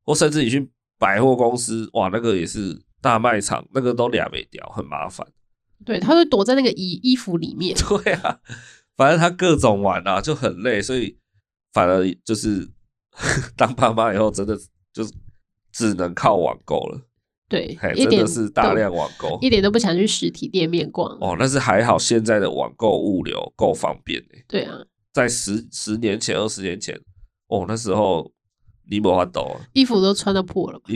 或甚至你去百货公司，哇，那个也是大卖场，那个都俩没掉，很麻烦。 对，他会躲在那个衣衣服里面。对啊，反正他各种玩啊，就很累，所以反而就是 当爸妈以后，真的就是只能靠网购了，对嘿，，一真点的是大都量网购，一点都不想去实体店面逛。哦，但是还好现在的网购物流够方便诶、对啊，在十十年前、二十年前，哦，那时候你没法抖、啊，衣服都穿到破了吧，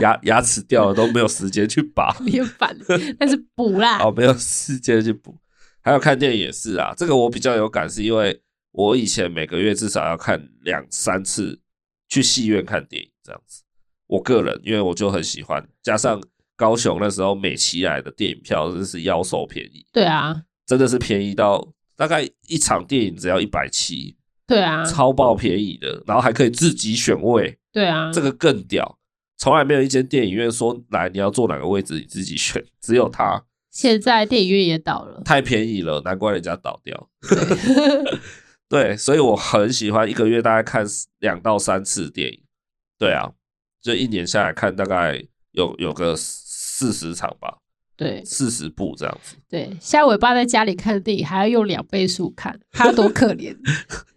牙牙齿掉了都没有时间去拔，也 反，但是补啦。哦，没有时间去补。还有看电影也是啊，这个我比较有感，是因为我以前每个月至少要看两三次去戏院看电影这样子。我个人因为我就很喜欢，加上高雄那时候美琪来的电影票真是妖兽便宜，对啊，真的是便宜到大概一场电影只要一百七，对啊，超爆便宜的，然后还可以自己选位，对啊，这个更屌。从来没有一间电影院说来你要坐哪个位置你自己选，只有它现在电影院也倒了。太便宜了，难怪人家倒掉。对 对，所以我很喜欢一个月大概看两到三次电影。对啊，就一年下来看大概有有个四十场吧，对四十部这样子。对，下尾巴在家里看电影还要用两倍速看，他多可 怜。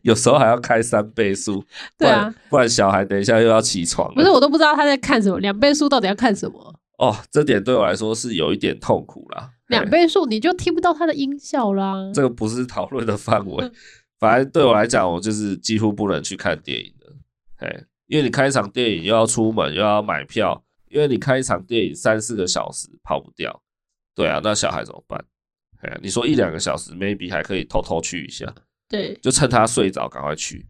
有时候还要开三倍速，不对然啊，不然小孩等一下又要起床了。不是我都不知道他在看什么，两倍速到底要看什么？哦，这点对我来说是有一点痛苦啦。两嘿倍速你就听不到他的音效啦。这个不是讨论的范围嗯，反正对我来讲，我就是几乎不能去看电影的。哎，因为你看一场电影又要出门又要买票，因为你看一场电影三四个小时跑不掉，对啊，那小孩怎么办？哎，你说一两个小时 maybe 还可以偷偷去一下，对就趁他睡着赶快去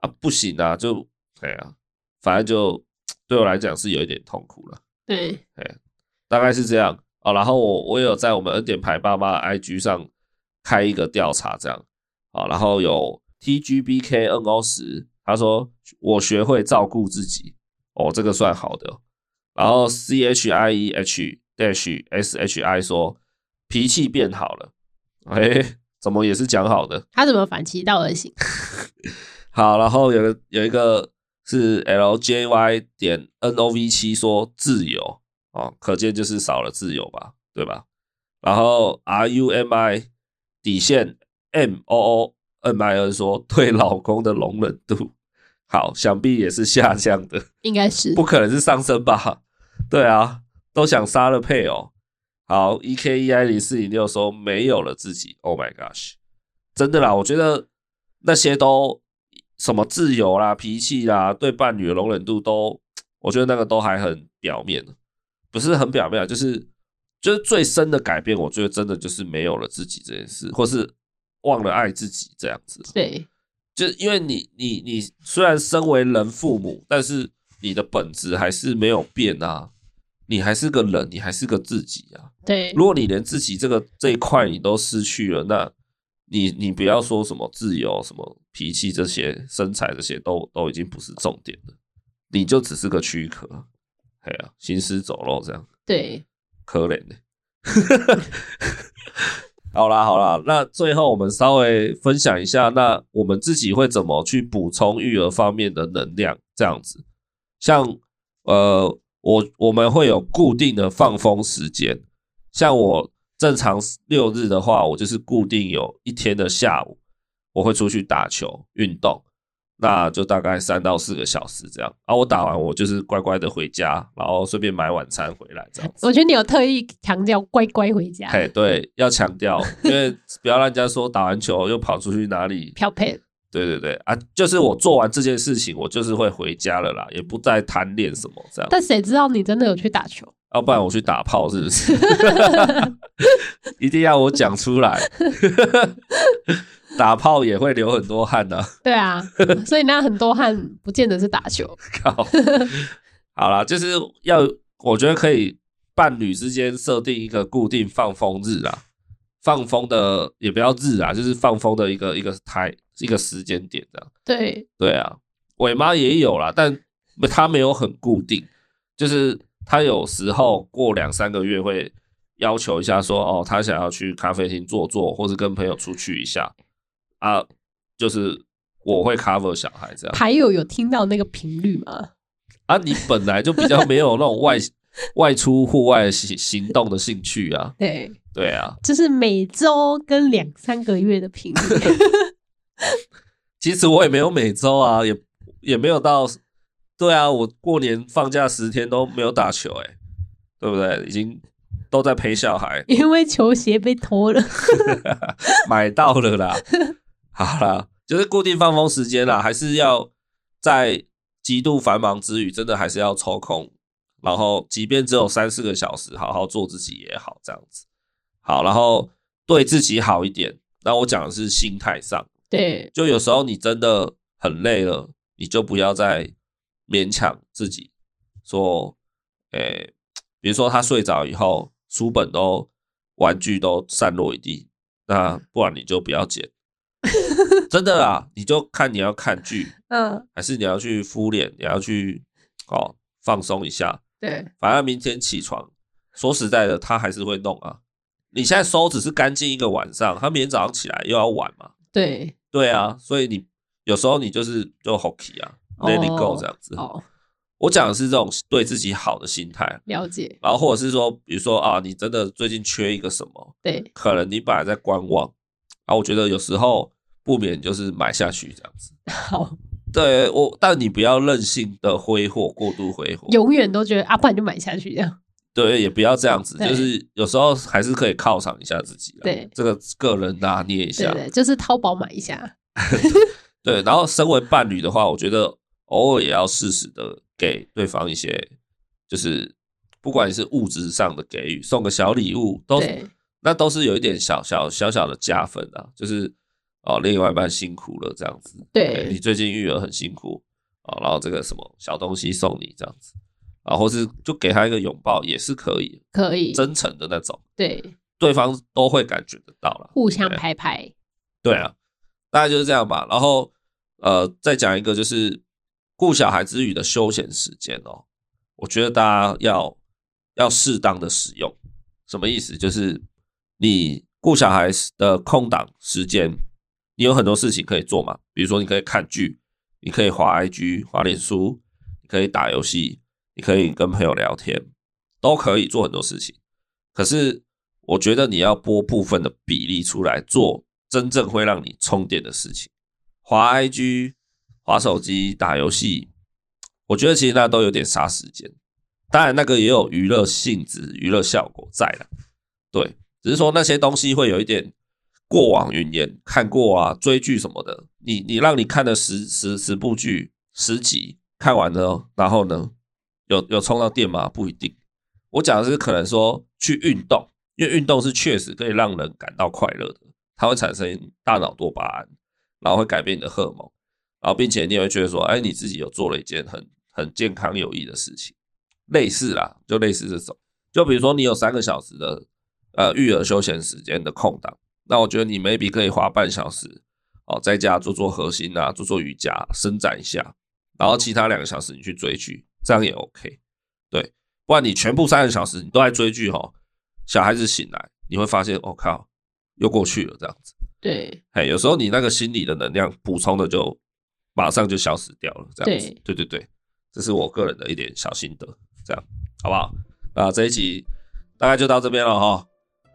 啊，不行啊，就哎呀、反正就对我来讲是有一点痛苦了。对大概是这样哦。然后我我也有在我们恩典牌爸妈的 IG 上开一个调查，这样啊、哦。然后有 TGBKNO 十，他说我学会照顾自己，哦，这个算好的。然后 CHIEH E dash SHI 说脾气变好了，哎，怎么也是讲好的。他怎么反其道而行？好，然后有个有一个是 LJY 点 NOV 七说自由哦，可见就是少了自由吧，对吧？然后 RUMI 底线 MOOMIN 说对老公的容忍度，好，想必也是下降的，应该是不可能是上升吧？ 对啊，都想杀了配偶。好，EKEI ，E 零四零六说没有了自己，Oh my gosh，真的啦，我觉得那些都什么自由啦、脾气啦、对伴侣的容忍度都，我觉得那个都还很表面，不是很表面啊，就是就是最深的改变，我觉得真的就是没有了自己这件事，或是忘了爱自己这样子。对就是因为你你你虽然身为人父母，但是你的本质还是没有变啊，你还是个人，你还是个自己啊，对，如果你连自己这个这一块你都失去了，那你你不要说什么自由、什么脾气这些、身材这些都都已经不是重点了，你就只是个躯壳，哎呀、行尸走肉这样，对，可怜呢、 好啦好啦，那最后我们稍微分享一下，那我们自己会怎么去补充育儿方面的能量？这样子，像呃，我我们会有固定的放风时间，像我正常六日的话，我就是固定有一天的下午，我会出去打球运动，那就大概三到四个小时这样。啊，我打完我就是乖乖的回家，然后顺便买晚餐回来这样子。我觉得你有特意强调乖乖回家，嘿，对，要强调，因为不要让人家说打完球又跑出去哪里。漂配，对对对啊，就是我做完这件事情，我就是会回家了啦，也不再贪恋什么这样。但谁知道你真的有去打球？要、不然我去打炮是不是？一定要我讲出来。 打炮也会流很多汗的、 对啊， 所以那很多汗不见得是打球，靠，好啦，就是要我觉得可以伴侣之间设定一个固定放风日啊，放风的也不要日啊，就是放风的一个一个台一个时间点这样。对，对啊，尾妈也有啦，但她没有很固定，就是她有时候过两三个月会要求一下说，哦，她想要去咖啡厅坐坐，或是跟朋友出去一下啊，就是我会 cover 小孩这样。牌友有听到那个频率吗？啊，你本来就比较没有那种外外出户外行行动的兴趣啊，对，对啊。就是每周跟两三个月的频率， 其实我也没有每周啊，也也没有到，对啊，我过年放假十天都没有打球、欸，对不对？已经都在陪小孩，因为球鞋被脱了， 买到了啦。好啦，就是固定放风时间啦，还是要在极度繁忙之余，真的还是要抽空，然后即便只有三四个小时，好好做自己也好，这样子。好，然后对自己好一点。那我讲的是心态上，对，就有时候你真的很累了，你就不要再勉强自己说，诶、比如说他睡着以后，书本都、玩具都散落一地，那不然你就不要捡。真的啦，你就看你要看剧，嗯，还是你要去敷脸，你要去哦放松一下。对，反正明天起床，说实在的，他还是会弄啊。你现在收只是干净一个晚上，他明天早上起来又要玩嘛。对，对啊，所以你有时候你就是就 hockey 啊、l e t it go 哦这样子。哦，我讲的是这种对自己好的心态，了解，然后或者是说，比如说啊，你真的最近缺一个什么，对，可能你本来在观望啊，我觉得有时候不免就是买下去这样子。 好，对我，但你不要任性的挥霍，过度挥霍，永远都觉得啊，不然就买下去这样，对，也不要这样子，对就是有时候还是可以犒赏一下自己啦，对这个个人拿捏一对下，对， 就是啊淘宝买一下，对，然后身为伴侣的话，我觉得偶尔也要适时的给对方一些，就是不管是物质上的给予，送个小礼物，都对，那都是有一点小小小小的加分啊。就是哦，另外一半辛苦了这样子，对哎你最近育儿很辛苦哦，然后这个什么小东西送你这样子，啊，或是就给他一个拥抱也是可以，可以，真诚的那种，对，对方都会感觉得到了。互相对拍拍，对啊，大概就是这样吧。然后呃，再讲一个就是顾小孩之余的休闲时间哦，我觉得大家要要适当的使用。什么意思？就是你顾小孩的空档时间，你有很多事情可以做嘛，比如说你可以看剧，你可以滑 IG、滑脸书，你可以打游戏，你可以跟朋友聊天，都可以做很多事情。可是我觉得你要拨部分的比例出来做真正会让你充电的事情，滑 IG、滑手机、打游戏，我觉得其实那都有点杀时间。当然，那个也有娱乐性质、娱乐效果在了，对，只是说那些东西会有一点过往云烟，看过啊，追剧什么的，你你让你看了十十十部剧十集，看完了，然后呢，有有充到电吗？不一定。我讲的是可能说去运动，因为运动是确实可以让人感到快乐的，它会产生大脑多巴胺，然后会改变你的荷尔蒙，然后并且你也会觉得说，哎，你自己有做了一件很很健康有益的事情，类似啦，就类似这种，就比如说你有三个小时的呃育儿休闲时间的空档。那我觉得你 maybe 可以花半小时哦，在家做做核心啊，做做瑜伽，伸展一下，然后其他两个小时你去追剧，这样也 OK。对，不然你全部三个小时你都在追剧哦，小孩子醒来你会发现，我、哦靠，又过去了这样子。对哎，有时候你那个心理的能量补充的就马上就消失掉了，这样子。对对对，这是我个人的一点小心得，这样好不好？那这一集大概就到这边了哈。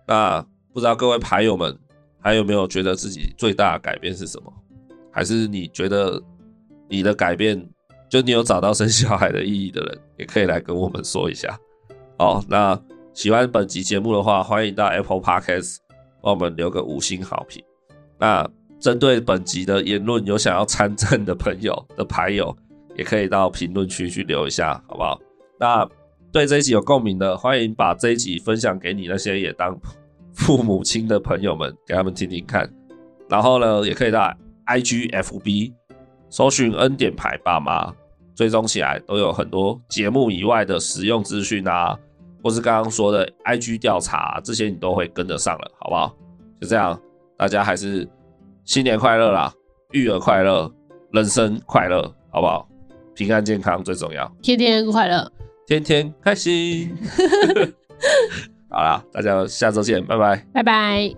那不知道各位牌友们还有没有觉得自己最大的改变是什么？还是你觉得你的改变，就你有找到生小孩的意义的人，也可以来跟我们说一下。好，那喜欢本集节目的话，欢迎到 Apple Podcast 帮我们留个五星好评。那针对本集的言论有想要参政的朋友的牌友，也可以到评论区去留一下，好不好？那对这一集有共鸣的，欢迎把这一集分享给你那些也当父母亲的朋友们，给他们听听看。然后呢，也可以到 IG、FB 搜寻恩典牌爸妈，追踪起来都有很多节目以外的实用资讯啊，或是刚刚说的 IG 调查啊、这些，你都会跟得上了，好不好？就这样。大家还是新年快乐啦，育儿快乐，人生快乐，好不好？平安健康最重要，天天快乐，天天开心。好啦，大家下周见，拜拜。拜拜。